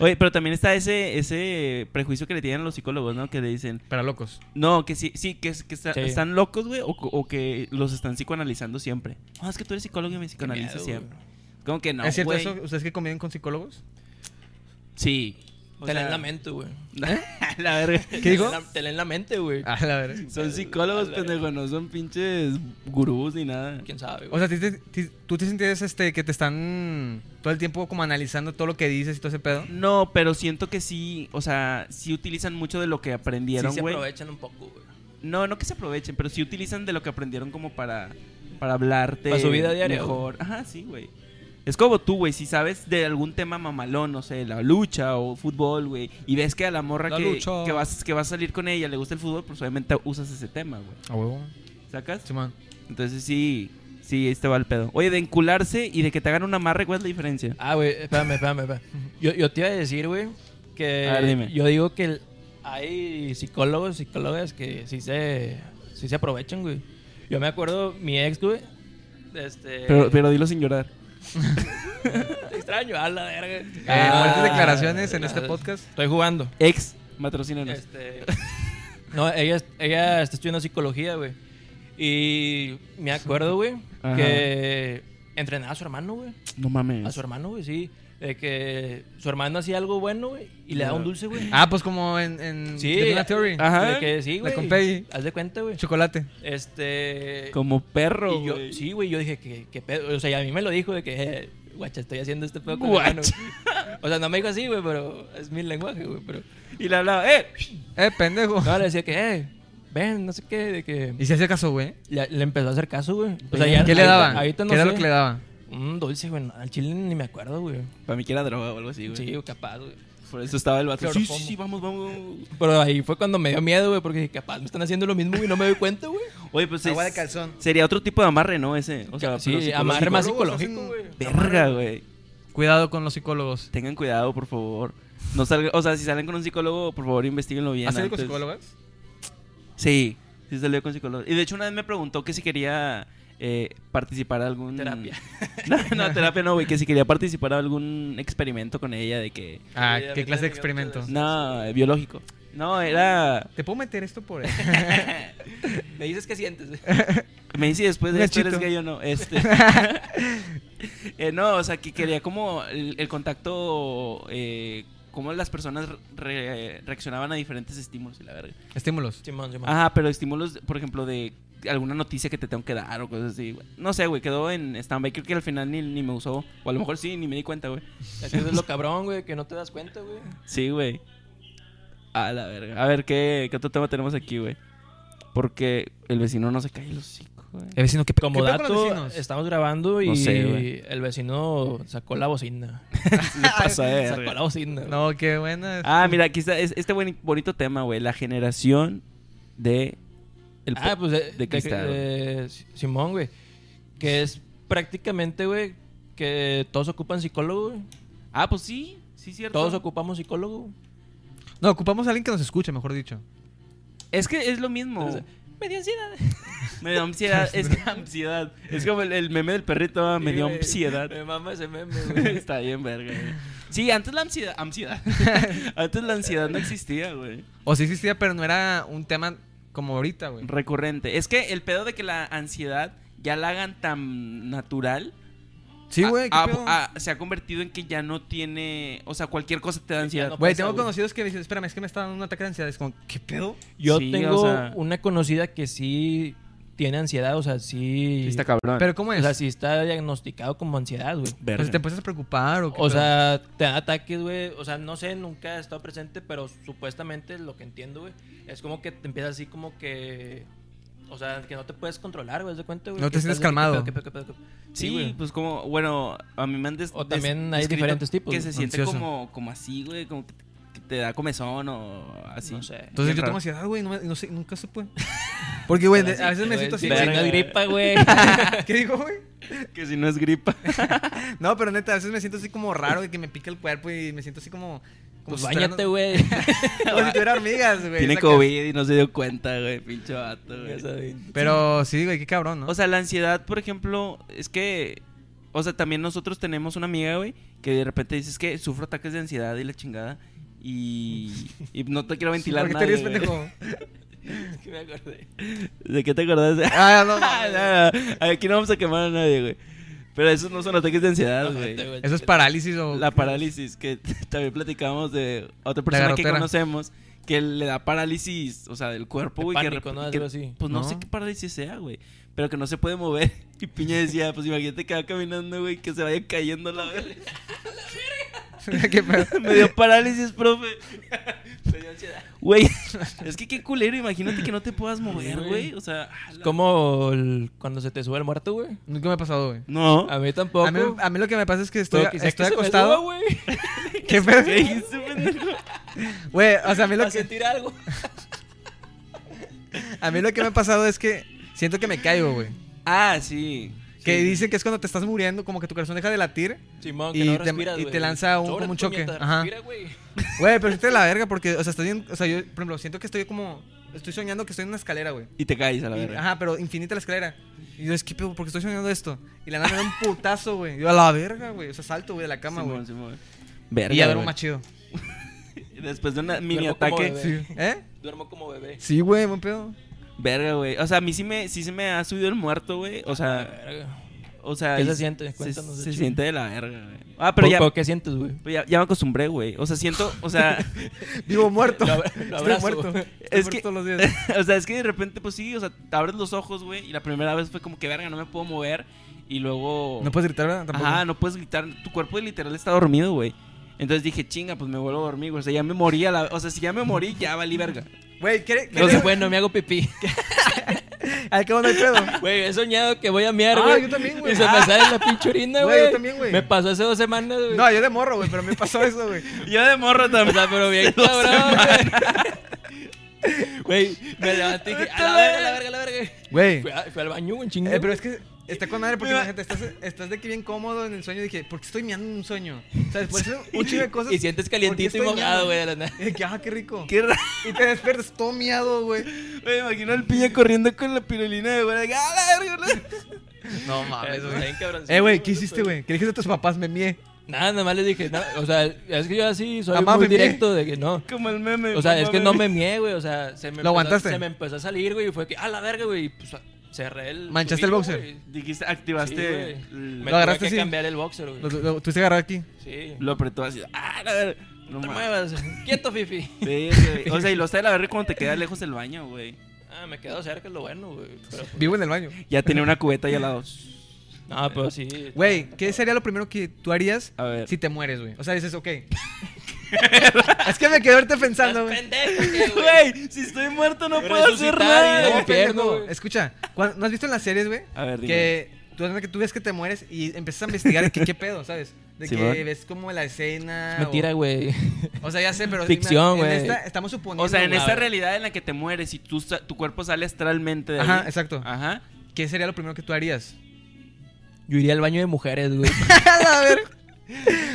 Speaker 1: oye, pero también está ese, ese prejuicio que le tienen los psicólogos, ¿no? Que le dicen,
Speaker 2: Para locos.
Speaker 1: no, que sí, sí, que, es- que está-
Speaker 3: Sí.
Speaker 1: están locos, güey, o, o que los están psicoanalizando siempre. Ah, es que tú eres psicólogo y me psicoanalizas
Speaker 3: miedo,
Speaker 1: siempre. Como que no,
Speaker 2: ¿Es cierto
Speaker 1: güey.
Speaker 2: eso? ¿Ustedes que conviven con psicólogos? (laughs)
Speaker 1: Sí. O
Speaker 3: Te leen
Speaker 1: sea, (laughs)
Speaker 3: la mente, güey.
Speaker 1: la verga.
Speaker 2: ¿Qué digo?
Speaker 3: Te leen la- Te leen la mente, güey.
Speaker 2: Ah, la verdad.
Speaker 3: (laughs)
Speaker 1: Son psicólogos, pendejo, no son pinches gurús ni nada.
Speaker 3: ¿Quién sabe,
Speaker 2: O sea,
Speaker 3: güey?
Speaker 2: ¿tú te, ti- tú te sientes este, que te están todo el tiempo como analizando todo lo que dices y todo ese pedo?
Speaker 1: No, pero siento que sí, o sea, sí utilizan mucho de lo que aprendieron,
Speaker 3: Sí se
Speaker 1: güey.
Speaker 3: aprovechan un poco, güey.
Speaker 1: No, no que se aprovechen, pero sí utilizan de lo que aprendieron como para, para hablarte.
Speaker 3: Para su vida diaria,
Speaker 1: Mejor. Ajá, sí, güey. Es como tú, güey, si sabes de algún tema mamalón, no sé, la lucha o fútbol, güey, y ves que a la morra
Speaker 2: La
Speaker 1: que,
Speaker 2: lucha.
Speaker 1: que vas, que vas a salir con ella le gusta el fútbol, pues obviamente usas ese tema, güey.
Speaker 2: A huevo.
Speaker 1: ¿Sacas?
Speaker 2: Simón.
Speaker 1: Entonces sí, sí, este va el pedo. Oye, de encularse y de que te hagan un amarre, ¿cuál es la diferencia?
Speaker 3: Ah, güey, espérame, espérame, espérame. Yo, yo te iba a decir, güey, que.
Speaker 1: A ver, dime.
Speaker 3: Yo digo que el- hay psicólogos, psicólogas que sí se, sí se aprovechan, güey. Yo me acuerdo, mi ex, güey. Este.
Speaker 1: Pero, pero dilo sin llorar.
Speaker 3: Te extraño, a la verga. Ah,
Speaker 2: Eh, fuertes declaraciones en este podcast.
Speaker 3: Estoy jugando.
Speaker 1: Ex, matrocínanos.
Speaker 3: Este, no, ella, ella está estudiando psicología, güey. Y me acuerdo, güey,
Speaker 1: Ajá.
Speaker 3: que entrenaba a su hermano, güey.
Speaker 1: No mames.
Speaker 3: A su hermano, güey, sí. De que su hermano hacía algo bueno, güey, y le daba un dulce, güey.
Speaker 2: Ah, pues como en, en
Speaker 3: Sí,
Speaker 2: The Big
Speaker 3: ah,
Speaker 2: Bang Theory.
Speaker 1: ah. ajá.
Speaker 3: De que sí, güey.
Speaker 2: con Peggy.
Speaker 3: Haz de cuenta, güey.
Speaker 2: Chocolate.
Speaker 3: Este.
Speaker 1: Como perro,
Speaker 3: y yo,
Speaker 1: güey.
Speaker 3: sí, güey, yo dije que, que pedo. O sea, y a mí me lo dijo de que, eh, guacha, estoy haciendo este pedo con mi hermano, güey. O sea, no me dijo así, güey, pero es mi lenguaje, güey. Pero
Speaker 1: Y le hablaba, ¡eh!
Speaker 2: Eh, pendejo.
Speaker 3: no, le decía que, eh, ven, no sé qué, de que.
Speaker 2: ¿Y si hacía caso, güey?
Speaker 3: Le, le empezó a hacer caso, güey. O sea, ya-
Speaker 2: ¿Qué le
Speaker 3: ahorita-
Speaker 2: daba?
Speaker 3: Ahorita no
Speaker 2: ¿Qué era
Speaker 3: sé.
Speaker 2: lo que le daba?
Speaker 3: Un dulce, güey. no, Al chile ni me acuerdo, güey.
Speaker 1: Para mí que era droga o algo así, güey.
Speaker 3: Sí, güey, capaz, güey.
Speaker 1: Por eso estaba el vato.
Speaker 3: Claro,
Speaker 1: Sí, sí,
Speaker 3: ¿cómo?
Speaker 1: sí, vamos, vamos.
Speaker 3: Pero ahí fue cuando me dio miedo, güey, porque dije, capaz me están haciendo lo mismo y no me doy cuenta, güey.
Speaker 1: Oye, pues
Speaker 2: Agua
Speaker 1: es-
Speaker 2: de calzón.
Speaker 1: sería otro tipo de amarre, ¿no? Ese. O sea, pero
Speaker 3: sí,
Speaker 1: psicológico.
Speaker 3: amarre más
Speaker 2: psicológicos
Speaker 3: psicológico, güey.
Speaker 2: hacen-
Speaker 1: Verga, güey.
Speaker 2: Cuidado con los psicólogos.
Speaker 1: Tengan cuidado, por favor. No salga, o sea, si salen con un psicólogo, por favor, investiguenlo bien.
Speaker 2: ¿Has salido con
Speaker 1: antes.
Speaker 2: psicólogas?
Speaker 1: Sí, sí salió con psicólogo. Y de hecho, una vez me preguntó que si quería eh, participar de algún.
Speaker 3: Terapia.
Speaker 1: (laughs) No, no, terapia no, güey. Que si quería participar de algún experimento con ella de que.
Speaker 2: Ah,
Speaker 3: Sí, a
Speaker 2: qué clase de
Speaker 3: mí también me
Speaker 2: experimento.
Speaker 3: gusta
Speaker 1: No, eh, biológico. No, era.
Speaker 2: ¿Te puedo meter esto
Speaker 3: (laughs)
Speaker 2: por (laughs) ahí?
Speaker 3: Me dices qué sientes. güey.
Speaker 1: (laughs) Me dice después de
Speaker 2: Un
Speaker 1: esto eres
Speaker 2: hachito.
Speaker 1: gay o no.
Speaker 3: (laughs)
Speaker 1: Este. Eh, no, o sea, que quería como el, el contacto. Eh, cómo las personas re- reaccionaban a diferentes estímulos y la verga.
Speaker 2: Estímulos.
Speaker 3: Simón, Simón.
Speaker 1: Ajá, pero estímulos, por ejemplo, de alguna noticia que te tengo que dar o cosas así. güey. No sé, güey, quedó en stand-by. Creo que al final ni, ni me usó. O a lo mejor sí, ni me di cuenta, güey.
Speaker 3: Es que eso es lo cabrón, güey, que no te das cuenta, güey.
Speaker 1: Sí, güey. A la verga. A ver, ¿qué, qué otro tema tenemos aquí, güey? Porque el vecino no se cae el hocico.
Speaker 2: güey.
Speaker 4: El vecino, ¿qué pe-
Speaker 3: Como
Speaker 2: ¿Qué pedo con los
Speaker 3: dato,
Speaker 2: vecinos?
Speaker 3: estamos grabando y
Speaker 4: No sé, güey.
Speaker 3: el vecino sacó
Speaker 1: (laughs)
Speaker 3: la bocina. (laughs)
Speaker 4: le pasa a
Speaker 3: Sacó la bocina.
Speaker 2: No, qué buena.
Speaker 1: eh. Ah, mira, aquí está es- este buen, bonito tema, güey. La generación de... el
Speaker 3: ah,
Speaker 1: po-
Speaker 3: pues de,
Speaker 1: de cristal,
Speaker 3: de- de Simón, güey. Que es prácticamente, güey, que todos ocupan psicólogo, güey.
Speaker 1: Ah, pues sí. Sí, cierto.
Speaker 3: Todos ocupamos psicólogo.
Speaker 2: No, ocupamos a alguien que nos escuche, mejor dicho.
Speaker 1: Es que es lo mismo.
Speaker 3: Entonces,
Speaker 1: Me dio ansiedad. (laughs) Me dio
Speaker 3: (laughs)
Speaker 1: ansiedad. Es que ansiedad. Es como el, el meme del perrito, ah, me dio ansiedad.
Speaker 3: (laughs) Me mama ese meme, güey.
Speaker 1: Está bien, verga. güey. Sí, antes la ansiedad.
Speaker 3: (laughs)
Speaker 1: ansiedad. antes la ansiedad no existía, güey.
Speaker 2: O sí existía, pero no era un tema como ahorita, güey.
Speaker 1: Recurrente. Es que el pedo de que la ansiedad ya la hagan tan natural.
Speaker 2: Sí,
Speaker 1: a-
Speaker 2: güey. ¿qué
Speaker 1: a-
Speaker 2: pedo?
Speaker 1: a- se ha convertido en que ya no tiene. O sea, cualquier cosa te da ansiedad.
Speaker 3: no
Speaker 2: Güey,
Speaker 3: pasa,
Speaker 2: tengo
Speaker 3: güey.
Speaker 2: conocidos que me dicen, espérame, es que me está dando un ataque de ansiedad. Es como, ¿qué pedo?
Speaker 3: Yo
Speaker 1: Sí, o
Speaker 3: tengo
Speaker 1: sea-
Speaker 3: una conocida que sí tiene ansiedad, o sea, sí.
Speaker 1: cabrón.
Speaker 2: ¿Pero cómo
Speaker 3: Ah. o
Speaker 2: es?
Speaker 3: sea, sí está diagnosticado como ansiedad, güey.
Speaker 2: O sea, ¿Te empiezas a preocupar o qué
Speaker 3: O
Speaker 2: pedo?
Speaker 3: sea, te da ataques, güey. O sea, no sé, nunca he estado presente, pero supuestamente lo que entiendo, güey, es como que te empieza así como que. O sea, que no te puedes controlar, güey, haz de cuenta, güey.
Speaker 2: No
Speaker 3: que
Speaker 2: te sientes
Speaker 3: estás de que,
Speaker 2: calmado.
Speaker 3: ¿qué pedo, qué pedo, qué pedo, qué pedo?
Speaker 1: Sí,
Speaker 3: Sí, güey.
Speaker 1: pues como, bueno, a mi me han des-
Speaker 3: O
Speaker 1: des-
Speaker 3: también hay
Speaker 1: descrito
Speaker 3: diferentes tipos,
Speaker 1: Que se
Speaker 3: güey.
Speaker 1: siente
Speaker 2: Ansioso.
Speaker 1: como, como así, güey, como que te, que te da comezón o así.
Speaker 3: No sé.
Speaker 2: Entonces
Speaker 1: Bien
Speaker 2: yo
Speaker 1: raro.
Speaker 2: tengo ansiedad, güey, no, me- no sé, nunca supe. (laughs) Porque, güey, de- Pues, a veces me
Speaker 3: Güey,
Speaker 2: siento así, Pues,
Speaker 3: si
Speaker 2: güey.
Speaker 3: tengas gripa, güey.
Speaker 2: (laughs) ¿Qué digo, güey?
Speaker 1: Que si no es (laughs) gripa.
Speaker 2: No, pero neta, a veces me siento así como raro de que me pica el cuerpo y me siento así como... como
Speaker 3: Pues
Speaker 2: si estuviera- (laughs)
Speaker 3: bañate, güey. (laughs)
Speaker 2: Como si tuviera hormigas, güey.
Speaker 1: Tiene
Speaker 2: saca.
Speaker 1: COVID y no se dio cuenta, güey, pinche vato,
Speaker 2: Pues,
Speaker 1: güey.
Speaker 2: Pero sí, güey, qué cabrón, ¿no?
Speaker 1: O sea, la ansiedad, por ejemplo, es que. O sea, también nosotros tenemos una amiga, güey, que de repente dices que sufro ataques de ansiedad y la chingada. Y, y no te quiero
Speaker 2: Sí,
Speaker 1: ventilar
Speaker 2: (laughs) ¿por
Speaker 1: nada.
Speaker 2: qué te ríes,
Speaker 1: güey.
Speaker 3: (laughs)
Speaker 2: pendejo?
Speaker 3: me acordé.
Speaker 1: ¿De qué te acordás?
Speaker 2: Ah,
Speaker 1: (laughs)
Speaker 2: no,
Speaker 1: Ah,
Speaker 2: no,
Speaker 1: nada, Aquí no vamos a quemar a nadie, güey. Pero esos no son ataques de ansiedad, güey.
Speaker 3: (laughs)
Speaker 2: Eso es parálisis o... (laughs)
Speaker 1: La parálisis, que (laughs) también platicamos de otra persona que
Speaker 2: garrotera.
Speaker 1: conocemos que le da parálisis, o sea, del cuerpo,
Speaker 3: De
Speaker 1: güey. que
Speaker 3: pánico,
Speaker 1: rep-
Speaker 3: ¿no?
Speaker 1: que-
Speaker 3: Algo así.
Speaker 1: Pues no,
Speaker 2: No.
Speaker 1: sé qué parálisis sea, güey. Pero que no se puede mover. (laughs) Y Piña decía, pues imagínate que va caminando, güey, que se vaya cayendo la verga.
Speaker 2: ¿Qué pedo?
Speaker 1: Me dio parálisis, profe. Güey, (laughs) es que qué culero, imagínate que no te puedas mover,
Speaker 3: güey.
Speaker 1: güey. O sea, a la-
Speaker 3: Como el- cuando se te sube el muerto, güey.
Speaker 2: Nunca me ha pasado, güey.
Speaker 1: no.
Speaker 3: A mí tampoco.
Speaker 2: A mí, a mí lo que me pasa es que estoy,
Speaker 3: Pero quizás
Speaker 2: estoy
Speaker 3: que se me suba,
Speaker 2: acostado.
Speaker 3: güey.
Speaker 2: (laughs) ¿Qué pedo?
Speaker 1: ¿Qué hice, pendejo?
Speaker 2: Güey, o sea, a mí lo
Speaker 3: A
Speaker 2: que...
Speaker 3: sentir algo.
Speaker 2: A mí lo que me ha pasado es que siento que me caigo, güey.
Speaker 1: Ah, sí.
Speaker 2: Que
Speaker 1: Sí.
Speaker 2: dicen que es cuando te estás muriendo, como que tu corazón deja de latir.
Speaker 3: Simón,
Speaker 2: que
Speaker 3: que
Speaker 2: Y no
Speaker 3: no
Speaker 2: te- respiras, y güey. te lanza un- como un choque. Ajá. respira, Güey, pero siente la verga porque, o sea, estoy bien. O sea, yo, por ejemplo, siento que estoy como. Estoy soñando que estoy en una escalera, güey.
Speaker 1: Y te caes a la
Speaker 2: Y-
Speaker 1: verga.
Speaker 2: Ajá, pero infinita la escalera. Y yo, es que, pedo, porque estoy soñando esto. Y la nada me da un putazo, güey. Yo, a la verga, güey. O sea, salto, güey, de la cama, güey.
Speaker 1: Simón, Simón.
Speaker 2: y a ver
Speaker 1: güey.
Speaker 2: un más chido.
Speaker 1: Después de un mini
Speaker 3: Duermo como
Speaker 1: ataque.
Speaker 3: bebé.
Speaker 2: Sí. ¿Eh?
Speaker 3: Duermo como bebé.
Speaker 2: Sí, güey, buen pedo.
Speaker 1: Verga, güey. O sea, a mí sí, me, sí se me ha subido el muerto, güey. O sea, o sea.
Speaker 3: ¿Qué se
Speaker 1: y-
Speaker 3: siente?
Speaker 1: Se,
Speaker 3: Cuéntanos,
Speaker 1: se
Speaker 3: Chico.
Speaker 1: siente de la verga, güey. Ah, pero
Speaker 3: Pero
Speaker 1: ya,
Speaker 3: ¿Qué
Speaker 2: (laughs)
Speaker 3: sientes, güey?
Speaker 1: ya, ya me acostumbré, güey. O sea, siento, o sea, (laughs)
Speaker 2: Vivo muerto.
Speaker 3: Lo abra- lo
Speaker 2: estoy
Speaker 3: abrazo.
Speaker 2: muerto. Estoy
Speaker 1: Es
Speaker 2: muerto
Speaker 1: que-
Speaker 2: todos los
Speaker 1: (laughs)
Speaker 2: días.
Speaker 1: o sea, es que de repente, pues sí, o sea, te abres los ojos, güey. Y la primera vez fue como que verga, no me puedo mover. Y luego.
Speaker 2: No puedes gritar, ¿verdad? Tampoco.
Speaker 1: Ajá, no puedes gritar. Tu cuerpo literal está dormido, güey. Entonces dije, chinga, pues me vuelvo a dormir, güey. O sea, ya me morí a la. O sea, si ya me morí, ya valí (laughs) verga.
Speaker 2: Güey, ¿quiere,
Speaker 3: No
Speaker 2: quiere- (laughs)
Speaker 3: sé, bueno, me hago pipí.
Speaker 2: Al cabo no hay pedo.
Speaker 3: Güey, he soñado que voy a mear,
Speaker 2: Ah,
Speaker 3: güey.
Speaker 2: yo también, güey.
Speaker 3: Y se
Speaker 2: Ah.
Speaker 3: me sale la pinche orina,
Speaker 2: Güey,
Speaker 3: güey.
Speaker 2: yo también, güey.
Speaker 3: Me pasó hace dos semanas, güey.
Speaker 2: No, yo de morro, güey, pero me pasó eso, güey.
Speaker 1: Yo de morro
Speaker 3: (laughs) O
Speaker 1: también.
Speaker 3: sea,
Speaker 2: (laughs)
Speaker 3: pero bien cabrón, güey. Güey, me levanté y dije, a la verga, a la verga, a la verga.
Speaker 2: Güey.
Speaker 3: Fui, a- fui al baño, güey, chinga.
Speaker 2: Eh, pero es que está con madre porque
Speaker 1: Mira.
Speaker 2: imagínate, estás, estás de que bien cómodo en el sueño. Dije, ¿por qué estoy meando en un sueño? O sea, después (laughs) un chingo de cosas.
Speaker 3: Y sientes calientito y
Speaker 2: ¿por qué estoy
Speaker 3: mojado, güey, de
Speaker 2: meando?
Speaker 3: la nada.
Speaker 2: Y de que, ah, qué rico.
Speaker 1: Qué raro.
Speaker 2: Y te despiertas todo miado, güey.
Speaker 1: (laughs) Me imagino al piña corriendo con la pirulina de güey. ¡Ah, la verga!
Speaker 2: No
Speaker 3: Eso, bien
Speaker 2: (laughs)
Speaker 3: cabroncito,
Speaker 2: Eh, güey, ¿qué hiciste, güey? ¿Qué dijiste a tus papás? Me mié.
Speaker 3: Nada, nada más les dije, no, o sea, es que yo así soy
Speaker 2: Mamá,
Speaker 3: muy
Speaker 2: me mié.
Speaker 3: directo de
Speaker 2: (laughs)
Speaker 3: que no.
Speaker 1: Como el meme.
Speaker 3: O sea,
Speaker 1: mamá,
Speaker 3: es que no
Speaker 1: bebé.
Speaker 3: me mié, güey. O sea, se me,
Speaker 2: ¿Lo
Speaker 3: empezó,
Speaker 2: aguantaste?
Speaker 3: se me empezó a salir, güey. Y fue que, a la verga, güey. y Pues a- cerré el.
Speaker 2: ¿Manchaste el
Speaker 3: tubillo,
Speaker 2: boxer?
Speaker 3: güey.
Speaker 1: Dijiste, activaste.
Speaker 3: Sí,
Speaker 1: el-
Speaker 3: Me
Speaker 2: Lo
Speaker 3: lo
Speaker 2: agarraste
Speaker 3: tuve que
Speaker 2: así.
Speaker 3: cambiar el boxer, güey.
Speaker 2: Lo, lo tuviste agarrado aquí.
Speaker 3: Sí.
Speaker 1: Lo apretó así. ¡Ah, la verga! No
Speaker 3: No te
Speaker 1: mames.
Speaker 3: muevas. (laughs) Quieto, Fifi.
Speaker 1: Sí,
Speaker 3: (laughs)
Speaker 1: güey. O sea, y lo está de la verga cuando te queda lejos del baño, güey.
Speaker 3: Ah, me quedo cerca, es lo bueno, güey. Pero,
Speaker 2: Vivo en el baño.
Speaker 1: Ya tenía una cubeta ahí al lado.
Speaker 3: no, pero sí.
Speaker 2: Güey, ¿qué sería lo primero que tú harías
Speaker 1: (laughs) A ver.
Speaker 2: (laughs) si te mueres, güey? O sea, dices, ok. Es que me quedé ahorita pensando, güey.
Speaker 1: Güey, si estoy muerto no
Speaker 3: Pero
Speaker 1: puedo hacer
Speaker 3: resucitar y
Speaker 1: nada.
Speaker 3: luego-
Speaker 2: No,
Speaker 3: No,
Speaker 2: pendejo,
Speaker 3: pierdo, güey.
Speaker 2: Escucha, cuan- ¿no has visto en las series, güey?
Speaker 1: A ver, dime.
Speaker 2: Que tú, que tú ves que te mueres y empiezas a investigar que, qué pedo, ¿sabes? De que
Speaker 1: Simón.
Speaker 2: ves como la escena. o-
Speaker 3: Mentira, güey.
Speaker 2: O, sea, ya sé, pero.
Speaker 3: Ficción,
Speaker 2: en
Speaker 3: güey.
Speaker 2: esta- Estamos suponiendo.
Speaker 1: O sea, en
Speaker 2: güey,
Speaker 1: esta realidad en la que te mueres y tú sa- tu cuerpo sale astralmente de
Speaker 2: Ajá,
Speaker 1: ahí.
Speaker 2: exacto.
Speaker 1: Ajá.
Speaker 2: ¿Qué sería lo primero que tú harías?
Speaker 3: Yo iría al baño de mujeres,
Speaker 2: (laughs)
Speaker 3: güey.
Speaker 2: a ver. (laughs)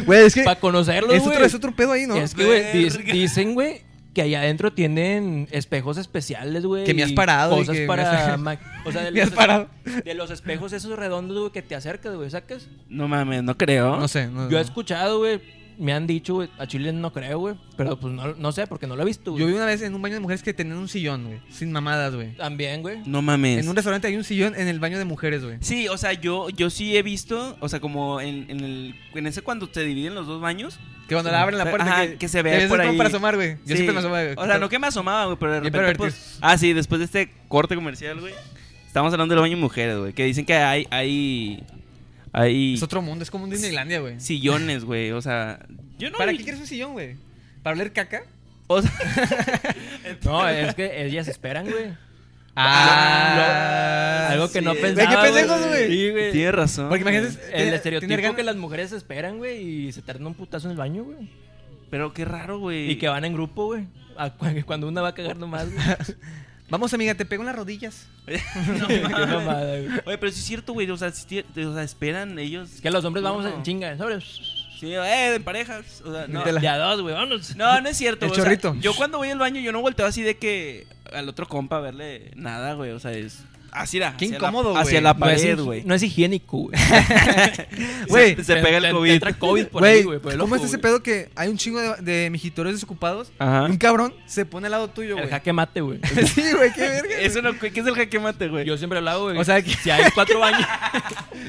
Speaker 2: Güey, es que.
Speaker 3: Para conocerlos,
Speaker 2: Es
Speaker 3: güey.
Speaker 2: otro, es otro pedo ahí, ¿no?
Speaker 3: Es que, güey, dis-
Speaker 1: Verga.
Speaker 3: dicen, güey, que allá adentro tienen espejos especiales, güey.
Speaker 2: Que me has
Speaker 3: y
Speaker 2: parado y
Speaker 3: Cosas
Speaker 2: que me
Speaker 3: para...
Speaker 2: has-
Speaker 3: ma-
Speaker 2: (laughs)
Speaker 3: O sea, de
Speaker 2: Me has
Speaker 3: los-
Speaker 2: parado.
Speaker 3: De los espejos esos redondos, güey, que te acercas, güey, sacas.
Speaker 1: No mames, no creo.
Speaker 2: No sé. No,
Speaker 3: Yo he
Speaker 2: no.
Speaker 3: escuchado, güey, me han dicho, güey, a Chile no creo, güey, pero pues no, no sé porque no lo he visto,
Speaker 2: Yo
Speaker 3: güey.
Speaker 2: vi una vez en un baño de mujeres que tenían un sillón, güey. Sin mamadas, güey.
Speaker 1: (laughs)
Speaker 3: También, güey.
Speaker 1: No mames.
Speaker 2: En un restaurante hay un sillón en el baño de mujeres, güey.
Speaker 1: Sí, o sea, yo, yo sí he visto, o sea, como en, en el, en ese cuando te dividen los dos baños.
Speaker 2: Que cuando la abren la puerta.
Speaker 1: Ajá, que se ve
Speaker 2: te ves
Speaker 1: por
Speaker 2: asomar
Speaker 1: ahí.
Speaker 2: para asomar, güey. Yo
Speaker 1: sí.
Speaker 2: siempre me asomaba, güey.
Speaker 1: O sea, no que me asomaba, güey, pero de
Speaker 2: Bien
Speaker 1: repente, pues-
Speaker 2: pervertido.
Speaker 1: Ah, sí, después de este corte comercial, güey. Estamos hablando del baño de mujeres, güey, que dicen que hay, hay, hay
Speaker 2: Es otro mundo, es como un Disneylandia, güey.
Speaker 1: sillones, güey, o sea, yo no...
Speaker 2: ¿Para
Speaker 1: vi-
Speaker 2: qué quieres un sillón, güey? ¿Para oler caca?
Speaker 1: O sea,
Speaker 3: No, es que ellas esperan, güey.
Speaker 2: Ah,
Speaker 3: Algo que no
Speaker 1: sí.
Speaker 3: pensaba,
Speaker 2: Güey, qué pendejos, güey.
Speaker 3: Sí, güey.
Speaker 1: tienes razón.
Speaker 2: Porque
Speaker 1: güey.
Speaker 2: imagínate-
Speaker 3: El
Speaker 2: Tiene-
Speaker 3: estereotipo
Speaker 2: tiene gan-
Speaker 3: que las mujeres esperan, güey, y se tardan un putazo en el baño, güey.
Speaker 1: Pero qué raro, güey.
Speaker 3: Y que van en grupo, güey. A cu- (laughs) Cuando una va a cagar nomás,
Speaker 2: (laughs)
Speaker 3: güey.
Speaker 2: Vamos, amiga, te pego en las rodillas.
Speaker 1: (laughs)
Speaker 3: (laughs)
Speaker 1: No
Speaker 3: Qué
Speaker 1: mames.
Speaker 3: mamada, güey.
Speaker 1: Oye, pero sí es cierto, güey, o sea, sí tiene- o sea, esperan ellos...
Speaker 3: Es que los hombres vamos
Speaker 1: No.
Speaker 3: en chinga. sobre.
Speaker 1: Sí, eh, en parejas, o sea, no.
Speaker 2: Te la-
Speaker 3: De a dos, güey, vámonos.
Speaker 1: No, no es cierto.
Speaker 2: El
Speaker 1: güey. O sea,
Speaker 2: chorrito.
Speaker 1: yo cuando voy al baño, yo no volteo así de que al otro compa a verle nada, güey. O sea, es. Así era.
Speaker 2: Qué
Speaker 1: hacia
Speaker 2: incómodo,
Speaker 1: la,
Speaker 2: güey.
Speaker 1: Hacia la
Speaker 3: No es
Speaker 1: pared,
Speaker 3: hij-
Speaker 1: güey.
Speaker 3: No es higiénico, güey.
Speaker 1: Se-
Speaker 2: (laughs) güey,
Speaker 1: Se,
Speaker 3: Te-
Speaker 1: pega el
Speaker 3: te- te
Speaker 1: COVID.
Speaker 3: entra COVID por ahí,
Speaker 2: Güey,
Speaker 3: güey. por el
Speaker 2: ¿cómo
Speaker 3: ojo,
Speaker 2: está ese
Speaker 3: güey.
Speaker 2: pedo que hay un chingo de, de mijitorios desocupados?
Speaker 1: Ajá.
Speaker 3: Ah.
Speaker 2: Y un cabrón se pone al lado tuyo,
Speaker 3: El
Speaker 2: güey.
Speaker 3: jaque mate, güey.
Speaker 2: (laughs) sí, güey, qué verga.
Speaker 1: Eso no, ¿Qué es el jaque mate, güey?
Speaker 3: (laughs) Yo siempre lo hago, güey.
Speaker 2: O sea, que-
Speaker 3: si hay
Speaker 2: (laughs)
Speaker 3: cuatro baños.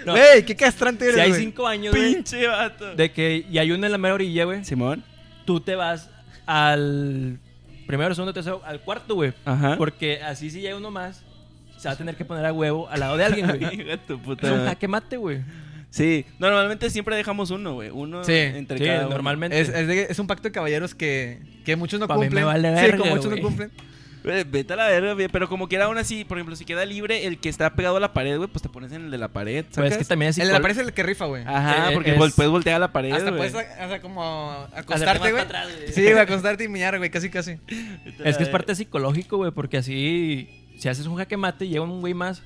Speaker 3: no,
Speaker 2: Güey, qué castrante eres,
Speaker 3: si hay
Speaker 2: güey.
Speaker 3: cinco años, güey.
Speaker 1: Pinche vato.
Speaker 3: De que y hay uno en la mera orilla, güey.
Speaker 1: Simón.
Speaker 3: Tú te vas al primero, segundo, tercero, al cuarto, güey.
Speaker 1: Ajá.
Speaker 3: Porque así si llega uno más, se va a tener que poner a huevo al lado de alguien,
Speaker 2: (laughs)
Speaker 3: güey.
Speaker 1: (laughs) Hijo de tu
Speaker 3: es
Speaker 1: puta
Speaker 3: un
Speaker 1: madre.
Speaker 3: jaque mate, güey.
Speaker 1: Sí, normalmente siempre dejamos uno, güey. Uno
Speaker 2: Sí,
Speaker 1: entre
Speaker 3: Sí,
Speaker 1: cada uno.
Speaker 3: normalmente.
Speaker 2: Es, es de- es un pacto de caballeros que, que muchos no
Speaker 3: Pa' mí me
Speaker 2: cumplen.
Speaker 3: vale
Speaker 2: sí,
Speaker 3: verga,
Speaker 2: como muchos
Speaker 3: güey.
Speaker 2: no cumplen.
Speaker 1: Güey, Eh, Vete a la verga, güey. Pero como quiera, aún así, por ejemplo, si queda libre el que está pegado a la pared, güey, pues te pones en el de la pared.
Speaker 3: Pues es
Speaker 1: ¿sacas?
Speaker 3: que también es
Speaker 2: El de la
Speaker 3: psicol-
Speaker 2: pared es el que rifa, güey.
Speaker 1: Ajá,
Speaker 3: Eh,
Speaker 1: porque
Speaker 3: es-
Speaker 1: vol- puedes voltear a la pared.
Speaker 2: Hasta
Speaker 1: güey.
Speaker 2: puedes a- hasta como
Speaker 3: Hacerte más
Speaker 2: acostarte, güey.
Speaker 3: pa' atrás, güey.
Speaker 2: Sí, güey, acostarte y mirar, güey, casi, casi.
Speaker 1: Vete a
Speaker 3: Es que es
Speaker 1: la
Speaker 3: parte psicológico, güey, porque así, si haces un jaque mate y llega un güey más,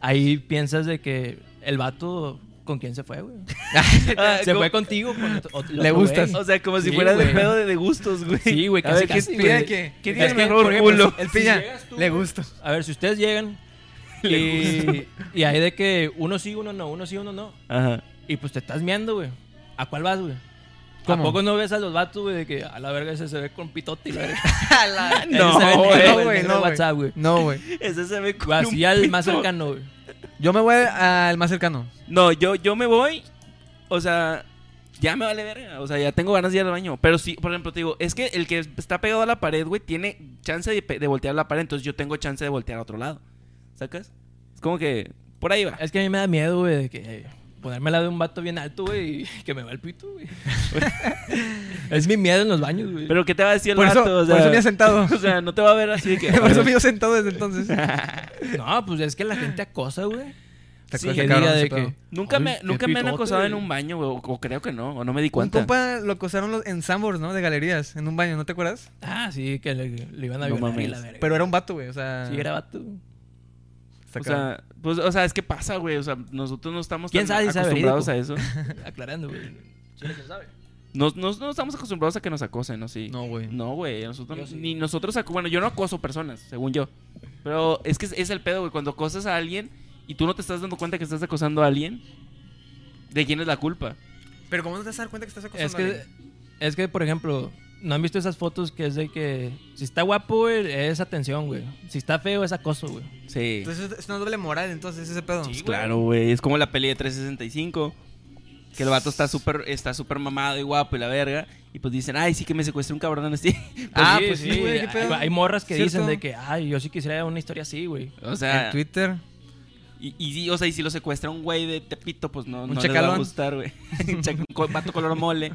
Speaker 3: ahí piensas de que el vato con quién se
Speaker 1: (laughs)
Speaker 3: fue, güey. (laughs)
Speaker 1: verga. Ah,
Speaker 3: Se
Speaker 1: como-
Speaker 3: fue contigo. Con otro- otro- el
Speaker 2: Le
Speaker 3: otro
Speaker 2: gustas.
Speaker 3: güey.
Speaker 1: O sea, como si
Speaker 3: Sí,
Speaker 1: fuera de
Speaker 3: güey.
Speaker 1: pedo de, de gustos, güey.
Speaker 3: Sí, güey,
Speaker 1: A
Speaker 3: casi,
Speaker 1: ver, ¿qué-
Speaker 3: casi,
Speaker 1: qué-
Speaker 3: güey.
Speaker 2: Mira que.
Speaker 1: ¿Qué
Speaker 3: Es
Speaker 1: tiene el
Speaker 3: que,
Speaker 1: mejor
Speaker 3: por ejemplo,
Speaker 1: culo?
Speaker 2: El
Speaker 3: Si
Speaker 2: piña,
Speaker 3: llegas tú,
Speaker 2: le (laughs)
Speaker 3: güey.
Speaker 2: gusto.
Speaker 3: A ver, si ustedes
Speaker 1: (laughs)
Speaker 3: llegan y, y hay de que uno sí, uno no, uno sí, uno no,
Speaker 1: Ajá.
Speaker 3: y pues te estás meando, güey. ¿A cuál vas, güey?
Speaker 2: ¿Cómo?
Speaker 3: Tampoco no ves a los vatos, güey, de que a la verga ese se ve con pitote y la verga. Ah,
Speaker 1: No,
Speaker 3: Ese se ve negro,
Speaker 1: güey,
Speaker 3: el negro de
Speaker 2: güey.
Speaker 3: WhatsApp, güey.
Speaker 2: No, güey.
Speaker 1: Ese se ve (laughs) con
Speaker 3: Güey,
Speaker 1: un
Speaker 3: Así al más
Speaker 1: pito.
Speaker 3: cercano, güey.
Speaker 2: Yo me voy al más cercano.
Speaker 3: (laughs)
Speaker 2: (laughs)
Speaker 1: No, yo, yo me voy. O sea, ya me vale verga. O sea, ya tengo ganas de ir al baño. Pero sí, por ejemplo, te digo, es que el que está pegado a la pared, güey, tiene chance de, pe- de voltear la pared. Entonces yo tengo chance de voltear a otro lado. ¿Sacas? Es como que por ahí va.
Speaker 3: Es que a mí me da miedo, güey, de que eh, ponerme al lado de un vato bien alto, güey, y (laughs) que me va el pito, güey. es mi miedo en los baños, güey.
Speaker 1: Pero ¿qué te va a decir el
Speaker 2: Por eso,
Speaker 1: vato? O sea,
Speaker 2: por eso me he sentado.
Speaker 1: (laughs) O sea, no te va a ver así de que.
Speaker 2: (laughs) Por eso me he sentado desde entonces.
Speaker 3: No, pues es que la gente acosa, güey.
Speaker 2: Te
Speaker 3: Sí,
Speaker 2: acuerdas,
Speaker 3: que
Speaker 2: cabrón,
Speaker 3: diga
Speaker 2: ese
Speaker 3: de
Speaker 2: pedo.
Speaker 3: que...
Speaker 1: Nunca
Speaker 3: "Ay,
Speaker 1: me,
Speaker 3: qué
Speaker 1: nunca me han
Speaker 3: pitote,
Speaker 1: acosado en
Speaker 3: güey".
Speaker 1: un baño, güey. O, o creo que no. O no me di
Speaker 2: Un
Speaker 1: cuenta.
Speaker 2: compa lo acosaron los- en Sambors, ¿no? De galerías, en un baño, ¿no te acuerdas?
Speaker 3: Ah, sí, que le, le iban a
Speaker 1: No
Speaker 3: violar y
Speaker 1: mames.
Speaker 3: la verga.
Speaker 2: Pero era un vato, güey, o sea...
Speaker 3: Sí, era vato. (laughs) güey.
Speaker 2: está
Speaker 1: o
Speaker 2: cabrón.
Speaker 1: sea, pues, o sea, es que pasa, güey. O sea, nosotros no estamos
Speaker 3: ¿Quién
Speaker 1: tan
Speaker 3: sabe si sabe
Speaker 1: acostumbrados a eso.
Speaker 3: verídico? Aclarando, güey. Sí, quién sabe.
Speaker 1: Nos, nos- no estamos acostumbrados a que nos acosen, ¿no? Sí.
Speaker 2: No, güey.
Speaker 1: No, güey. Nosotros,
Speaker 3: Yo sí.
Speaker 1: Ni nosotros... acu- Bueno, yo no acoso personas, según yo. Pero es que es, es el pedo, güey. Cuando acosas a alguien y tú no te estás dando cuenta que estás acosando a alguien, ¿de quién es la culpa?
Speaker 2: Pero ¿cómo no te vas a dar cuenta que estás acosando
Speaker 3: Es
Speaker 2: a
Speaker 3: que,
Speaker 2: alguien?
Speaker 3: es que, por ejemplo, ¿no han visto esas fotos que es de que... Si está guapo, güey, es atención, güey. Si está feo, es acoso, güey.
Speaker 1: Sí.
Speaker 2: Entonces es una doble moral, entonces, ese pedo.
Speaker 1: Pues claro, güey. Es como la peli de 365. Que el vato está súper está súper mamado y guapo y la verga. Y pues dicen, ay, sí que me secuestré un cabrón así. (laughs)
Speaker 2: Ah, pues sí, güey,
Speaker 3: Hay,
Speaker 2: qué pedo.
Speaker 3: hay morras que
Speaker 2: ¿Cierto?
Speaker 3: dicen de que, ay, yo sí quisiera una historia así, güey.
Speaker 1: O
Speaker 2: En
Speaker 1: sea,
Speaker 2: Twitter.
Speaker 1: y, y sí, o sea, y si lo secuestra un güey de Tepito, pues no,
Speaker 2: Un
Speaker 1: no les va a
Speaker 4: (laughs)
Speaker 2: chacalón.
Speaker 1: gustar, güey. Un chac- un co- vato color mole.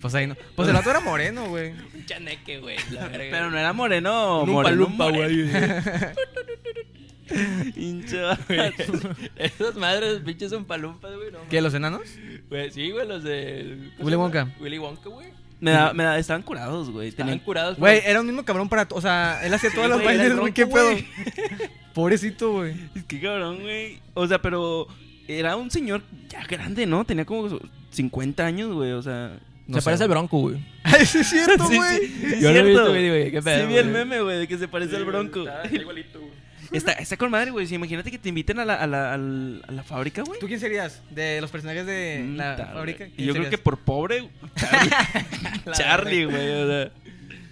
Speaker 2: Pues ahí no. Pues el vato era moreno, güey.
Speaker 4: Un chaneque, güey. (laughs) La verga.
Speaker 1: Pero no era moreno,
Speaker 4: Un
Speaker 1: moreno.
Speaker 4: palumpa, güey.
Speaker 1: (laughs)
Speaker 4: (laughs)
Speaker 1: Pinche
Speaker 4: Güey, (laughs) Esas madres, pinches son palumpas, güey. No,
Speaker 2: ¿Qué, los enanos?
Speaker 4: Güey, sí, güey, los de. ¿cómo
Speaker 2: Willy
Speaker 4: se llama?
Speaker 2: Wonka.
Speaker 4: Willy Wonka, güey.
Speaker 1: Me da, me da, estaban curados, güey.
Speaker 4: Estaban
Speaker 1: Tenían
Speaker 4: curados.
Speaker 2: Güey, era un mismo cabrón para. to- O sea, él hacía todas las
Speaker 4: güey, era
Speaker 2: bailes,
Speaker 4: el
Speaker 2: güey. ¿Qué
Speaker 4: ronco,
Speaker 2: pedo?
Speaker 4: güey.
Speaker 2: (laughs) Pobrecito, güey.
Speaker 1: Es que cabrón, güey. O sea, pero era un señor ya grande, ¿no? Tenía como 50 años, güey. O sea.
Speaker 2: No
Speaker 3: se
Speaker 2: sé.
Speaker 3: parece al Bronco, güey.
Speaker 2: Ay, sí, es cierto,
Speaker 1: (laughs) Sí,
Speaker 2: güey.
Speaker 1: sí, sí, es
Speaker 3: Yo lo he
Speaker 1: cierto.
Speaker 3: visto, güey, güey, qué pedo,
Speaker 1: Sí, vi el
Speaker 3: güey.
Speaker 1: meme, güey, de que se parece al bronco.
Speaker 4: Está está igualito, güey.
Speaker 1: Está, está con madre, güey. Si imagínate que te inviten a la, a la, al- a la fábrica, güey.
Speaker 2: ¿Tú quién serías? De los personajes de Eh, la
Speaker 1: Puta,
Speaker 2: fábrica.
Speaker 1: güey.
Speaker 2: ¿quién
Speaker 1: Mm, Yo creo que
Speaker 2: serías?
Speaker 1: por pobre, Charlie. Charlie, güey. O sea,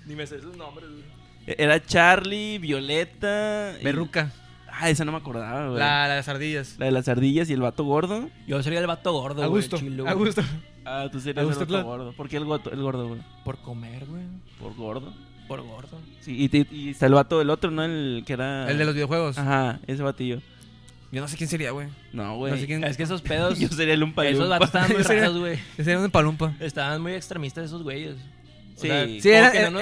Speaker 4: Ni me sé sus nombres, güey.
Speaker 1: era Charlie, Violeta. y-
Speaker 2: Berruca.
Speaker 1: Ah, esa no me acordaba, güey. La...
Speaker 2: La, la de las ardillas.
Speaker 1: de las ardillas y el vato gordo.
Speaker 4: Yo sería el vato gordo, güey.
Speaker 2: Augusto.
Speaker 4: chilo, güey.
Speaker 2: Augusto.
Speaker 1: Ah, tú serías
Speaker 2: Augusto
Speaker 1: el vato
Speaker 2: Clark.
Speaker 1: gordo. ¿Por qué el, goto- el gordo, güey?
Speaker 4: Por comer, güey.
Speaker 1: Por gordo.
Speaker 4: Por gordo.
Speaker 1: Sí, y, te- y está el vato del otro, ¿no? El que era.
Speaker 2: El de los videojuegos.
Speaker 1: Ah. Ajá, ese batillo.
Speaker 2: Yo no sé quién sería, güey.
Speaker 1: No, güey.
Speaker 2: No sé quién.
Speaker 4: Es que esos pedos.
Speaker 1: (laughs) Yo sería el un
Speaker 4: esos vatos estaban muy
Speaker 2: Yo sería-
Speaker 4: raros, güey.
Speaker 2: Ese era un palumpa.
Speaker 4: Estaban muy extremistas esos güeyes. O
Speaker 1: Sí.
Speaker 4: sea,
Speaker 1: Sí,
Speaker 4: como
Speaker 2: era-
Speaker 4: que
Speaker 2: era- eran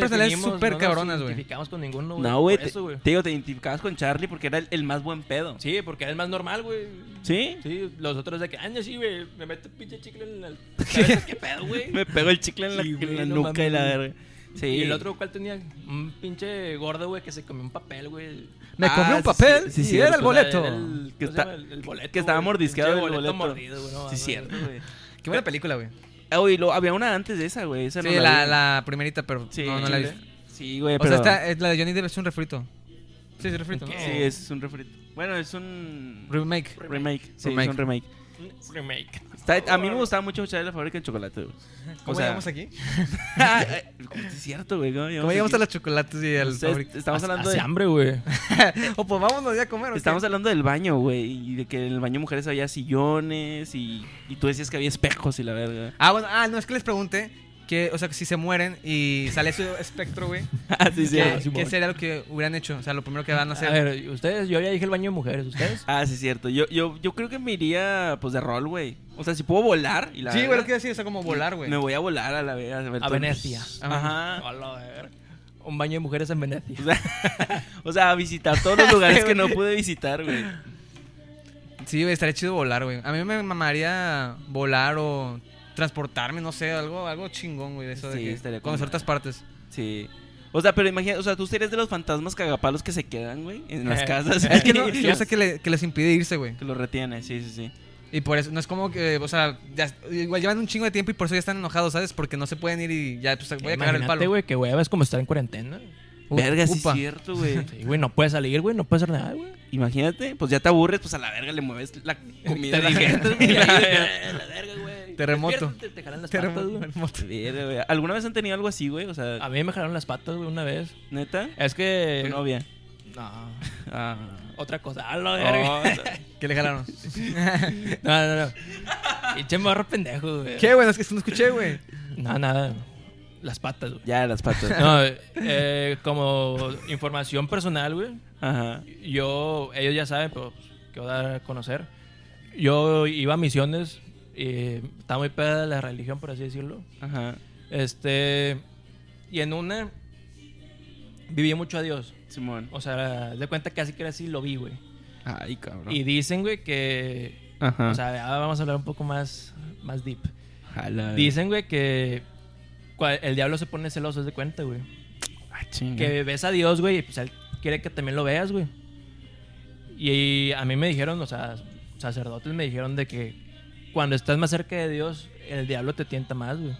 Speaker 2: personalidades
Speaker 4: definimos,
Speaker 2: súper
Speaker 4: no nos
Speaker 2: cabronas, güey.
Speaker 4: identificamos con ninguno, güey.
Speaker 1: No, güey.
Speaker 4: Por
Speaker 1: Te,
Speaker 4: eso, güey.
Speaker 1: te digo, te identificabas con Charlie porque era el, el más buen pedo.
Speaker 4: Sí, porque era el más normal, güey.
Speaker 1: ¿Sí?
Speaker 4: Sí, los otros de
Speaker 3: "Ah,
Speaker 4: que, año sí, güey, me meto un pinche chicle en
Speaker 2: (laughs)
Speaker 4: la cabeza, qué pedo, ah, güey.
Speaker 1: (laughs) Me pegó el chicle en la,
Speaker 4: Sí, güey,
Speaker 1: en la
Speaker 4: no
Speaker 1: nuca y la
Speaker 4: mames.
Speaker 1: verga. Sí.
Speaker 4: Y el otro, ¿cuál tenía? Un pinche gordo, güey, que se comió un papel, güey.
Speaker 2: Me
Speaker 1: Ah,
Speaker 2: compré un
Speaker 1: sí,
Speaker 2: papel
Speaker 1: sí, sí,
Speaker 2: y era el
Speaker 1: cierto.
Speaker 2: boleto.
Speaker 4: Era el-
Speaker 1: Que
Speaker 4: ¿cómo se llama?
Speaker 1: está-
Speaker 4: el, el boleto.
Speaker 1: que estaba
Speaker 4: güey.
Speaker 1: mordisqueado
Speaker 4: Pinche
Speaker 1: el boleto.
Speaker 4: mordido, güey. no
Speaker 1: Sí,
Speaker 4: mames.
Speaker 1: cierto, güey.
Speaker 2: Qué buena película, güey.
Speaker 1: Ah, güey, lo, había una antes de esa, güey. Esa no
Speaker 2: Sí, la,
Speaker 1: vi.
Speaker 2: la primerita, pero
Speaker 1: Sí,
Speaker 2: no, no la he
Speaker 1: güey.
Speaker 2: visto.
Speaker 1: Sí, güey,
Speaker 2: O
Speaker 1: pero...
Speaker 2: sea, esta, es la de Johnny Depp es un refrito. Sí, es refrito, ¿no?
Speaker 1: Sí, es un refrito. Bueno, es un...
Speaker 2: Remake.
Speaker 1: Remake. Sí,
Speaker 2: Remake.
Speaker 1: es un remake.
Speaker 4: Un Remake.
Speaker 1: Está- a mí me gustaba mucho Charlie la fábrica de chocolate, güey.
Speaker 2: ¿Cómo
Speaker 1: sea,
Speaker 2: llegamos aquí?
Speaker 1: (laughs) es cierto, güey. ¿Cómo
Speaker 2: ¿Cómo
Speaker 1: llegamos
Speaker 2: llegamos
Speaker 1: aquí?
Speaker 2: a los chocolates y al
Speaker 1: Ustedes-
Speaker 2: fabric?
Speaker 1: Estamos hablando
Speaker 3: Hace
Speaker 1: de...
Speaker 3: hambre, güey.
Speaker 2: (laughs) O pues vámonos ya a comer. ¿o qué?
Speaker 1: Estamos hablando del baño, güey, y de que en el baño de mujeres había sillones y, y tú decías que había espejos y la
Speaker 2: (laughs)
Speaker 1: verga.
Speaker 2: Ah, bueno, ah, no, es que les pregunté que, o sea, que si se mueren y sale su espectro, güey,
Speaker 1: (laughs) Ah, sí, sí.
Speaker 2: ¿qué,
Speaker 3: sí,
Speaker 2: qué
Speaker 3: bueno.
Speaker 2: sería lo que hubieran hecho? O sea, lo primero que van a hacer.
Speaker 3: A ver, ustedes, yo ya dije el baño de mujeres, ¿ustedes?
Speaker 1: Ah, sí, es cierto. Yo, yo, yo creo que me iría, pues, de rol, güey. O sea, si puedo volar y la
Speaker 2: sí,
Speaker 1: verga,
Speaker 2: güey, lo que iba a decir, o sea, como volar, güey.
Speaker 1: Me voy a volar a la verga. A, ver
Speaker 3: A
Speaker 1: todo-
Speaker 3: Venecia. (laughs)
Speaker 2: Ah.
Speaker 1: Ajá.
Speaker 4: A la verga.
Speaker 3: Un baño de mujeres en Venecia.
Speaker 1: O sea, (laughs) o sea, a visitar todos los lugares que no pude visitar, güey.
Speaker 2: Sí, güey, estaría chido volar, güey. A mí me mamaría volar o transportarme, no sé, algo, algo chingón, güey, de eso
Speaker 1: Sí,
Speaker 2: de que
Speaker 1: estaría con
Speaker 2: conocer otras partes.
Speaker 1: Sí. O sea, pero imagina, o sea, tú serías de los fantasmas cagapalos que se quedan, güey, en las
Speaker 4: Eh,
Speaker 1: casas. (laughs)
Speaker 2: Es (laughs) que no,
Speaker 1: que
Speaker 2: yo sé que, le- que les impide irse, güey.
Speaker 1: los retiene, sí, sí, sí.
Speaker 2: Y por eso, no es como que, o sea, ya- igual llevan un chingo de tiempo y por eso ya están enojados, ¿sabes? Porque no se pueden ir y ya, pues, voy a cagar el
Speaker 3: Imagínate,
Speaker 2: palo.
Speaker 3: güey, que güey, es como estar en cuarentena.
Speaker 2: U-
Speaker 1: Verga, (laughs) sí
Speaker 2: upa.
Speaker 1: es cierto, güey.
Speaker 3: Sí, güey, no puedes salir, güey, no puedes hacer nada, güey.
Speaker 1: Imagínate, pues ya te aburres, pues a la verga le mueves la comida a la (laughs) gente.
Speaker 4: Y ahí, La verga, güey.
Speaker 2: Terremoto.
Speaker 4: Despiértate, Te jalan las patas,
Speaker 2: Terremoto.
Speaker 4: güey.
Speaker 1: Verga, güey. ¿Alguna vez han tenido algo así, güey? O
Speaker 3: A
Speaker 1: sea,
Speaker 3: mí me jalaron las patas, güey, una vez.
Speaker 1: neta,
Speaker 3: Es
Speaker 1: tu
Speaker 3: que...
Speaker 1: novia.
Speaker 3: No.
Speaker 1: Eh. Ah.
Speaker 4: Otra cosa. A la verga.
Speaker 1: Oh,
Speaker 2: ¿Qué le jalaron?
Speaker 3: No, no, no. Pinche morro pendejo,
Speaker 2: (laughs)
Speaker 3: güey.
Speaker 2: ¿Qué, güey? Es que no escuché, güey.
Speaker 3: No, nada. Las patas, güey.
Speaker 1: ya las (laughs) patas.
Speaker 3: No, eh, como información personal, güey.
Speaker 1: Ajá.
Speaker 3: Yo, ellos ya saben, pero pues, quiero dar a conocer. Yo iba a misiones y estaba muy peda la religión, por así decirlo.
Speaker 1: Ajá.
Speaker 3: Este. Y en una. Viví mucho a Dios.
Speaker 1: Simón.
Speaker 3: O sea, de cuenta casi que era así, lo vi, güey.
Speaker 1: Ay, cabrón.
Speaker 3: Y dicen, güey, que.
Speaker 1: Ajá.
Speaker 3: O sea, ahora vamos a hablar un poco más, más deep.
Speaker 1: Jala.
Speaker 3: Dicen, güey, que cua- el diablo se pone celoso, es de cuenta, güey.
Speaker 1: Ah, chinga.
Speaker 3: Que ves a Dios, güey, y pues él quiere que también lo veas, güey. Y a mí me dijeron, o sea, sacerdotes me dijeron de que cuando estás más cerca de Dios, el diablo te tienta más, güey.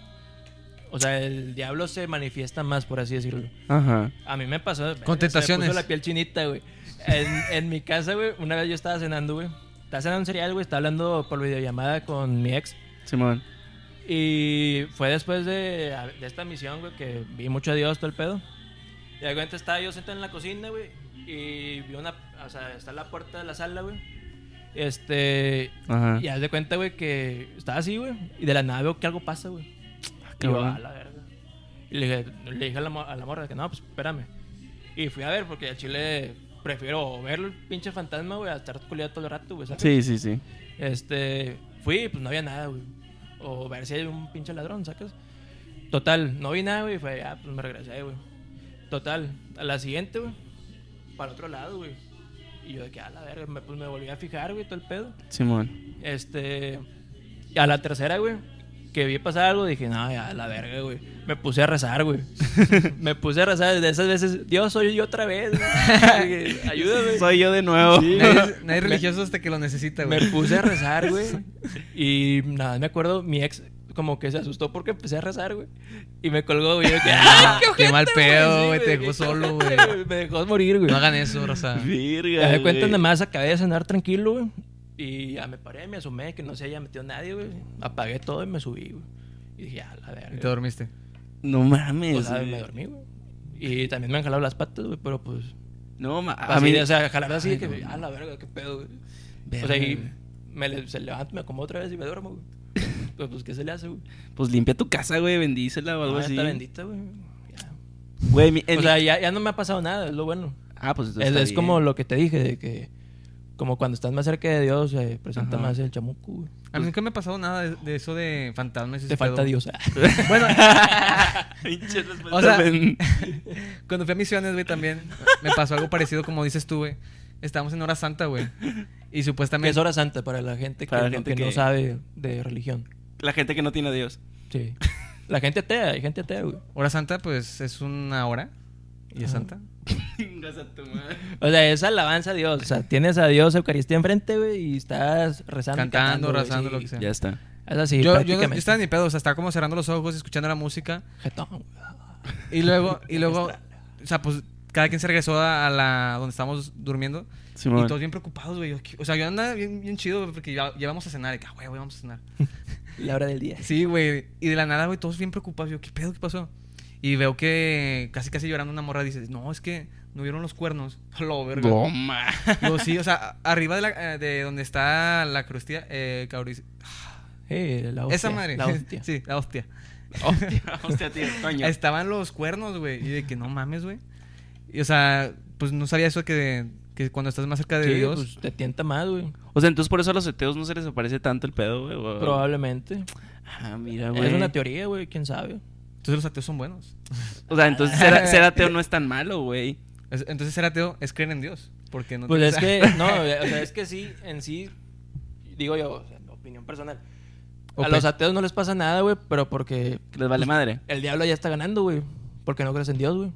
Speaker 3: O sea, el diablo se manifiesta más, por así decirlo.
Speaker 1: Ajá.
Speaker 3: A mí me pasó.
Speaker 2: Con tentaciones.
Speaker 3: Se me puso la piel chinita, güey. En, en mi casa, güey, una vez yo estaba cenando, güey. Estaba cenando un cereal, güey. Estaba hablando por videollamada con mi ex.
Speaker 1: Simón.
Speaker 3: Y fue después de, de esta misión, güey, que vi mucho a Dios, todo el pedo. Y de repente estaba yo sentado en la cocina, güey, y vi una, o sea, está la puerta de la sala, güey. Este,
Speaker 1: Ajá.
Speaker 3: y haz de cuenta, güey, que estaba así, güey, y de la nada veo que algo pasa, güey.
Speaker 1: Ah,
Speaker 3: Y yo,
Speaker 1: cabrón.
Speaker 3: "A la verga. Y le dije, le dije a, la, mo- a la morra que no, pues espérame. Y fui a ver, porque al chile prefiero ver el pinche fantasma, güey, a estar culiado todo el rato, güey. ¿sabes?
Speaker 1: Sí, sí, sí.
Speaker 3: Este, fui, pues no había nada, güey. O ver si hay un pinche ladrón, ¿sacas? Total, no vi nada, güey. Fue, ah, pues me regresé, güey. Total, a la siguiente, güey. Para otro lado, güey. Y yo de que, a la verga, me, pues me volví a fijar, güey, todo el pedo.
Speaker 1: Simón.
Speaker 3: Este. y A la tercera, güey. Que vi pasar algo, dije, no, ya, la verga, güey. Me puse a rezar, güey. (laughs) me puse a rezar de esas veces. Dios, soy yo otra vez. güey. Dije, Ayúdame.
Speaker 1: Soy yo de nuevo.
Speaker 3: Sí,
Speaker 1: (laughs)
Speaker 3: güey.
Speaker 2: Nadie, es- nadie es religioso hasta que lo necesita,
Speaker 3: Me
Speaker 2: güey.
Speaker 3: puse
Speaker 2: (laughs)
Speaker 3: a rezar, güey. Y nada, me acuerdo, mi ex como que se asustó porque empecé a rezar, güey. Y me colgó, güey. Yo de que, ¡ah,
Speaker 2: qué
Speaker 3: ojete,
Speaker 2: mal pedo,
Speaker 3: Sí,
Speaker 2: güey, te dejó
Speaker 3: qué
Speaker 2: solo,
Speaker 3: ojete,
Speaker 2: güey.
Speaker 3: Me dejó morir, güey.
Speaker 2: No hagan eso, Rosa.
Speaker 1: Virga.
Speaker 3: Ya de cuenta,
Speaker 1: güey.
Speaker 3: nada más acabé de cenar tranquilo, güey. Y ya me paré, me asomé, que no se haya metido nadie, güey. Apagué todo y me subí, güey. Y dije, ya, la
Speaker 2: Y te
Speaker 3: verga.
Speaker 2: dormiste.
Speaker 1: No mames.
Speaker 3: Pues, ah,
Speaker 1: güey.
Speaker 3: me dormí, güey. Y también me han jalado las patas, güey, pero pues...
Speaker 1: No mames.
Speaker 3: A mí, o sea, jalar así, que, ah, la verga, qué pedo, güey. O sea, y me le- se levanta, me acomodo otra vez y me duermo, güey. Pues, pues, ¿qué se le hace, güey?
Speaker 1: Pues limpia tu casa, güey. Bendícela o algo
Speaker 3: Ah,
Speaker 1: así.
Speaker 3: Está bendita, güey. Ya.
Speaker 1: Güey, mi- en
Speaker 3: O
Speaker 1: mi-
Speaker 3: sea, ya, ya no me ha pasado nada, es lo bueno.
Speaker 1: Ah, pues
Speaker 3: Es, es como
Speaker 1: (laughs)
Speaker 3: lo que te dije, de que... Como cuando estás más cerca de Dios, se presenta
Speaker 1: Ajá.
Speaker 3: más el chamuco, güey.
Speaker 2: A mí nunca me ha pasado nada de, de eso de fantasmas. y ese
Speaker 3: Te falta
Speaker 2: pedo. (laughs)
Speaker 3: Dios. Ah,
Speaker 2: Bueno,
Speaker 1: o
Speaker 2: o sea,
Speaker 3: (laughs)
Speaker 1: sea,
Speaker 2: Cuando fui a misiones, güey, también me pasó algo parecido como dices tú, güey. Estábamos en hora santa, güey. Y
Speaker 3: También es
Speaker 2: supuestamente...
Speaker 3: hora santa para la gente,
Speaker 1: Para
Speaker 3: que,
Speaker 1: la
Speaker 3: no-
Speaker 1: gente
Speaker 3: que no
Speaker 1: que-
Speaker 3: sabe de religión.
Speaker 1: la gente que no tiene a Dios.
Speaker 3: (laughs) Sí. La gente atea, hay gente atea, güey.
Speaker 2: Hora santa, pues, es una hora. Y es
Speaker 3: Ajá.
Speaker 2: santa.
Speaker 1: Chingas a tu madre.
Speaker 3: O sea, es alabanza a Dios. O sea, tienes a Dios Eucaristía enfrente, güey, y estás rezando. y
Speaker 2: Cantando,
Speaker 3: güey,
Speaker 2: rezando,
Speaker 3: sí.
Speaker 2: lo que sea.
Speaker 1: Ya está.
Speaker 3: Es así,
Speaker 2: yo, yo, no- yo
Speaker 3: prácticamente.
Speaker 2: estaba en mi pedo, o sea, estaba como cerrando los ojos, escuchando la música.
Speaker 3: Jetón, güey.
Speaker 2: Y
Speaker 3: (laughs)
Speaker 2: luego, y luego, o sea, pues, cada quien se regresó a a la... donde estábamos durmiendo. Y
Speaker 1: Simón.
Speaker 2: todos bien preocupados, güey. Yo, ¿qué- O sea, yo andaba bien, bien chido, güey, porque ya, ya vamos a cenar. Y que, ah, güey, güey, vamos a
Speaker 3: (laughs)
Speaker 2: cenar.
Speaker 3: La hora del día.
Speaker 2: Sí, güey. Y de la nada, güey, todos bien preocupados. Yo, ¿qué pedo? ¿Qué pasó? Y veo que casi, casi llorando una morra dice, no, es que no vieron los cuernos. (laughs) Lo, verga.
Speaker 3: (laughs)
Speaker 1: Goma.
Speaker 2: Yo, sí, o sea, a- arriba de, la- eh, de donde está la crustía, eh, cauriz-
Speaker 3: Sí, la hostia.
Speaker 2: Esa madre.
Speaker 3: La (laughs)
Speaker 2: (laughs)
Speaker 3: hostia.
Speaker 2: sí, la hostia.
Speaker 1: Hostia, hostia, tío, coño.
Speaker 2: Estaban los cuernos, güey. Y de que no mames, güey. Y, o sea, pues no sabía eso que, que cuando estás más cerca de
Speaker 3: Sí,
Speaker 2: Dios.
Speaker 3: pues, te tienta más, güey.
Speaker 1: O sea, entonces por eso a los ateos no se les aparece tanto el pedo, güey. o-
Speaker 3: Probablemente.
Speaker 1: Ah, mira, güey.
Speaker 3: Es una teoría, güey, quién sabe.
Speaker 2: Entonces los ateos son buenos.
Speaker 1: O sea, entonces ser, ser ateo no es tan malo, güey.
Speaker 2: Es- Entonces ser ateo es creer en Dios. Porque no
Speaker 3: Pues
Speaker 2: te- (laughs)
Speaker 3: es
Speaker 1: (laughs)
Speaker 3: que, no, o sea, es que sí, en sí, digo yo, o sea, opinión personal.
Speaker 2: Ok.
Speaker 3: A los ateos no les pasa nada, güey, pero porque
Speaker 1: Que Les vale madre.
Speaker 3: el diablo ya está ganando, güey. Porque no crees en Dios, güey.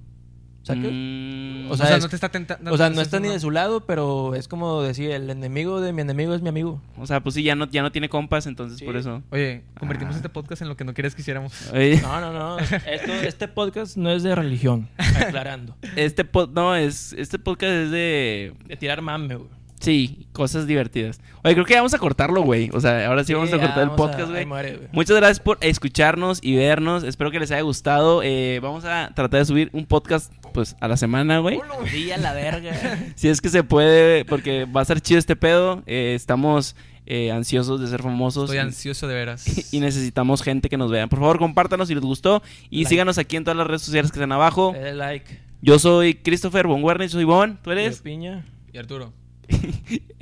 Speaker 3: ¿Sabes qué?
Speaker 1: Mm,
Speaker 3: O
Speaker 2: O
Speaker 3: sea,
Speaker 2: sea,
Speaker 3: es-
Speaker 2: no te está tentando.
Speaker 3: o sea, no está ni de su lado, pero es como decir, el enemigo de mi enemigo es
Speaker 1: (laughs)
Speaker 3: mi amigo.
Speaker 1: o sea, pues sí, ya no, ya no tiene compas, entonces
Speaker 3: Sí.
Speaker 1: por eso.
Speaker 2: Oye, convertimos
Speaker 1: Ah.
Speaker 2: este podcast en lo que no querías que hiciéramos.
Speaker 1: Oye,
Speaker 3: No, no, no. Esto- este podcast no es de religión, aclarando.
Speaker 1: Este pod, no, es, este podcast es de.
Speaker 3: De tirar mame, güey.
Speaker 1: Sí, cosas divertidas. Oye, creo que ya vamos a cortarlo, güey. O sea, ahora sí, vamos a
Speaker 3: ya,
Speaker 1: cortar el
Speaker 3: vamos a-
Speaker 1: podcast,
Speaker 3: ahí
Speaker 1: güey.
Speaker 3: muere, güey.
Speaker 1: Muchas gracias por escucharnos y vernos. Espero que les haya gustado. Eh, vamos a tratar de subir un podcast, pues, a la semana, güey.
Speaker 3: Sí, a la verga.
Speaker 1: Si es que se puede, porque va a estar chido este pedo. Eh, estamos eh, ansiosos de ser famosos.
Speaker 2: Estoy ansioso de veras.
Speaker 1: (laughs)
Speaker 3: (laughs)
Speaker 1: y necesitamos gente que nos vea. Por favor, compártanos si les gustó. Y
Speaker 3: Like. Eh.
Speaker 1: síganos aquí en todas las redes sociales que están abajo.
Speaker 3: (laughs) Dale like.
Speaker 1: Yo soy Christopher Von Werner, soy Bon, tú
Speaker 3: Yo,
Speaker 1: eres.
Speaker 3: Piña.
Speaker 2: Y Arturo.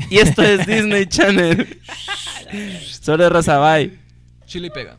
Speaker 1: Y esto es Disney Channel. Solo raza, bye.
Speaker 2: Chile y pega.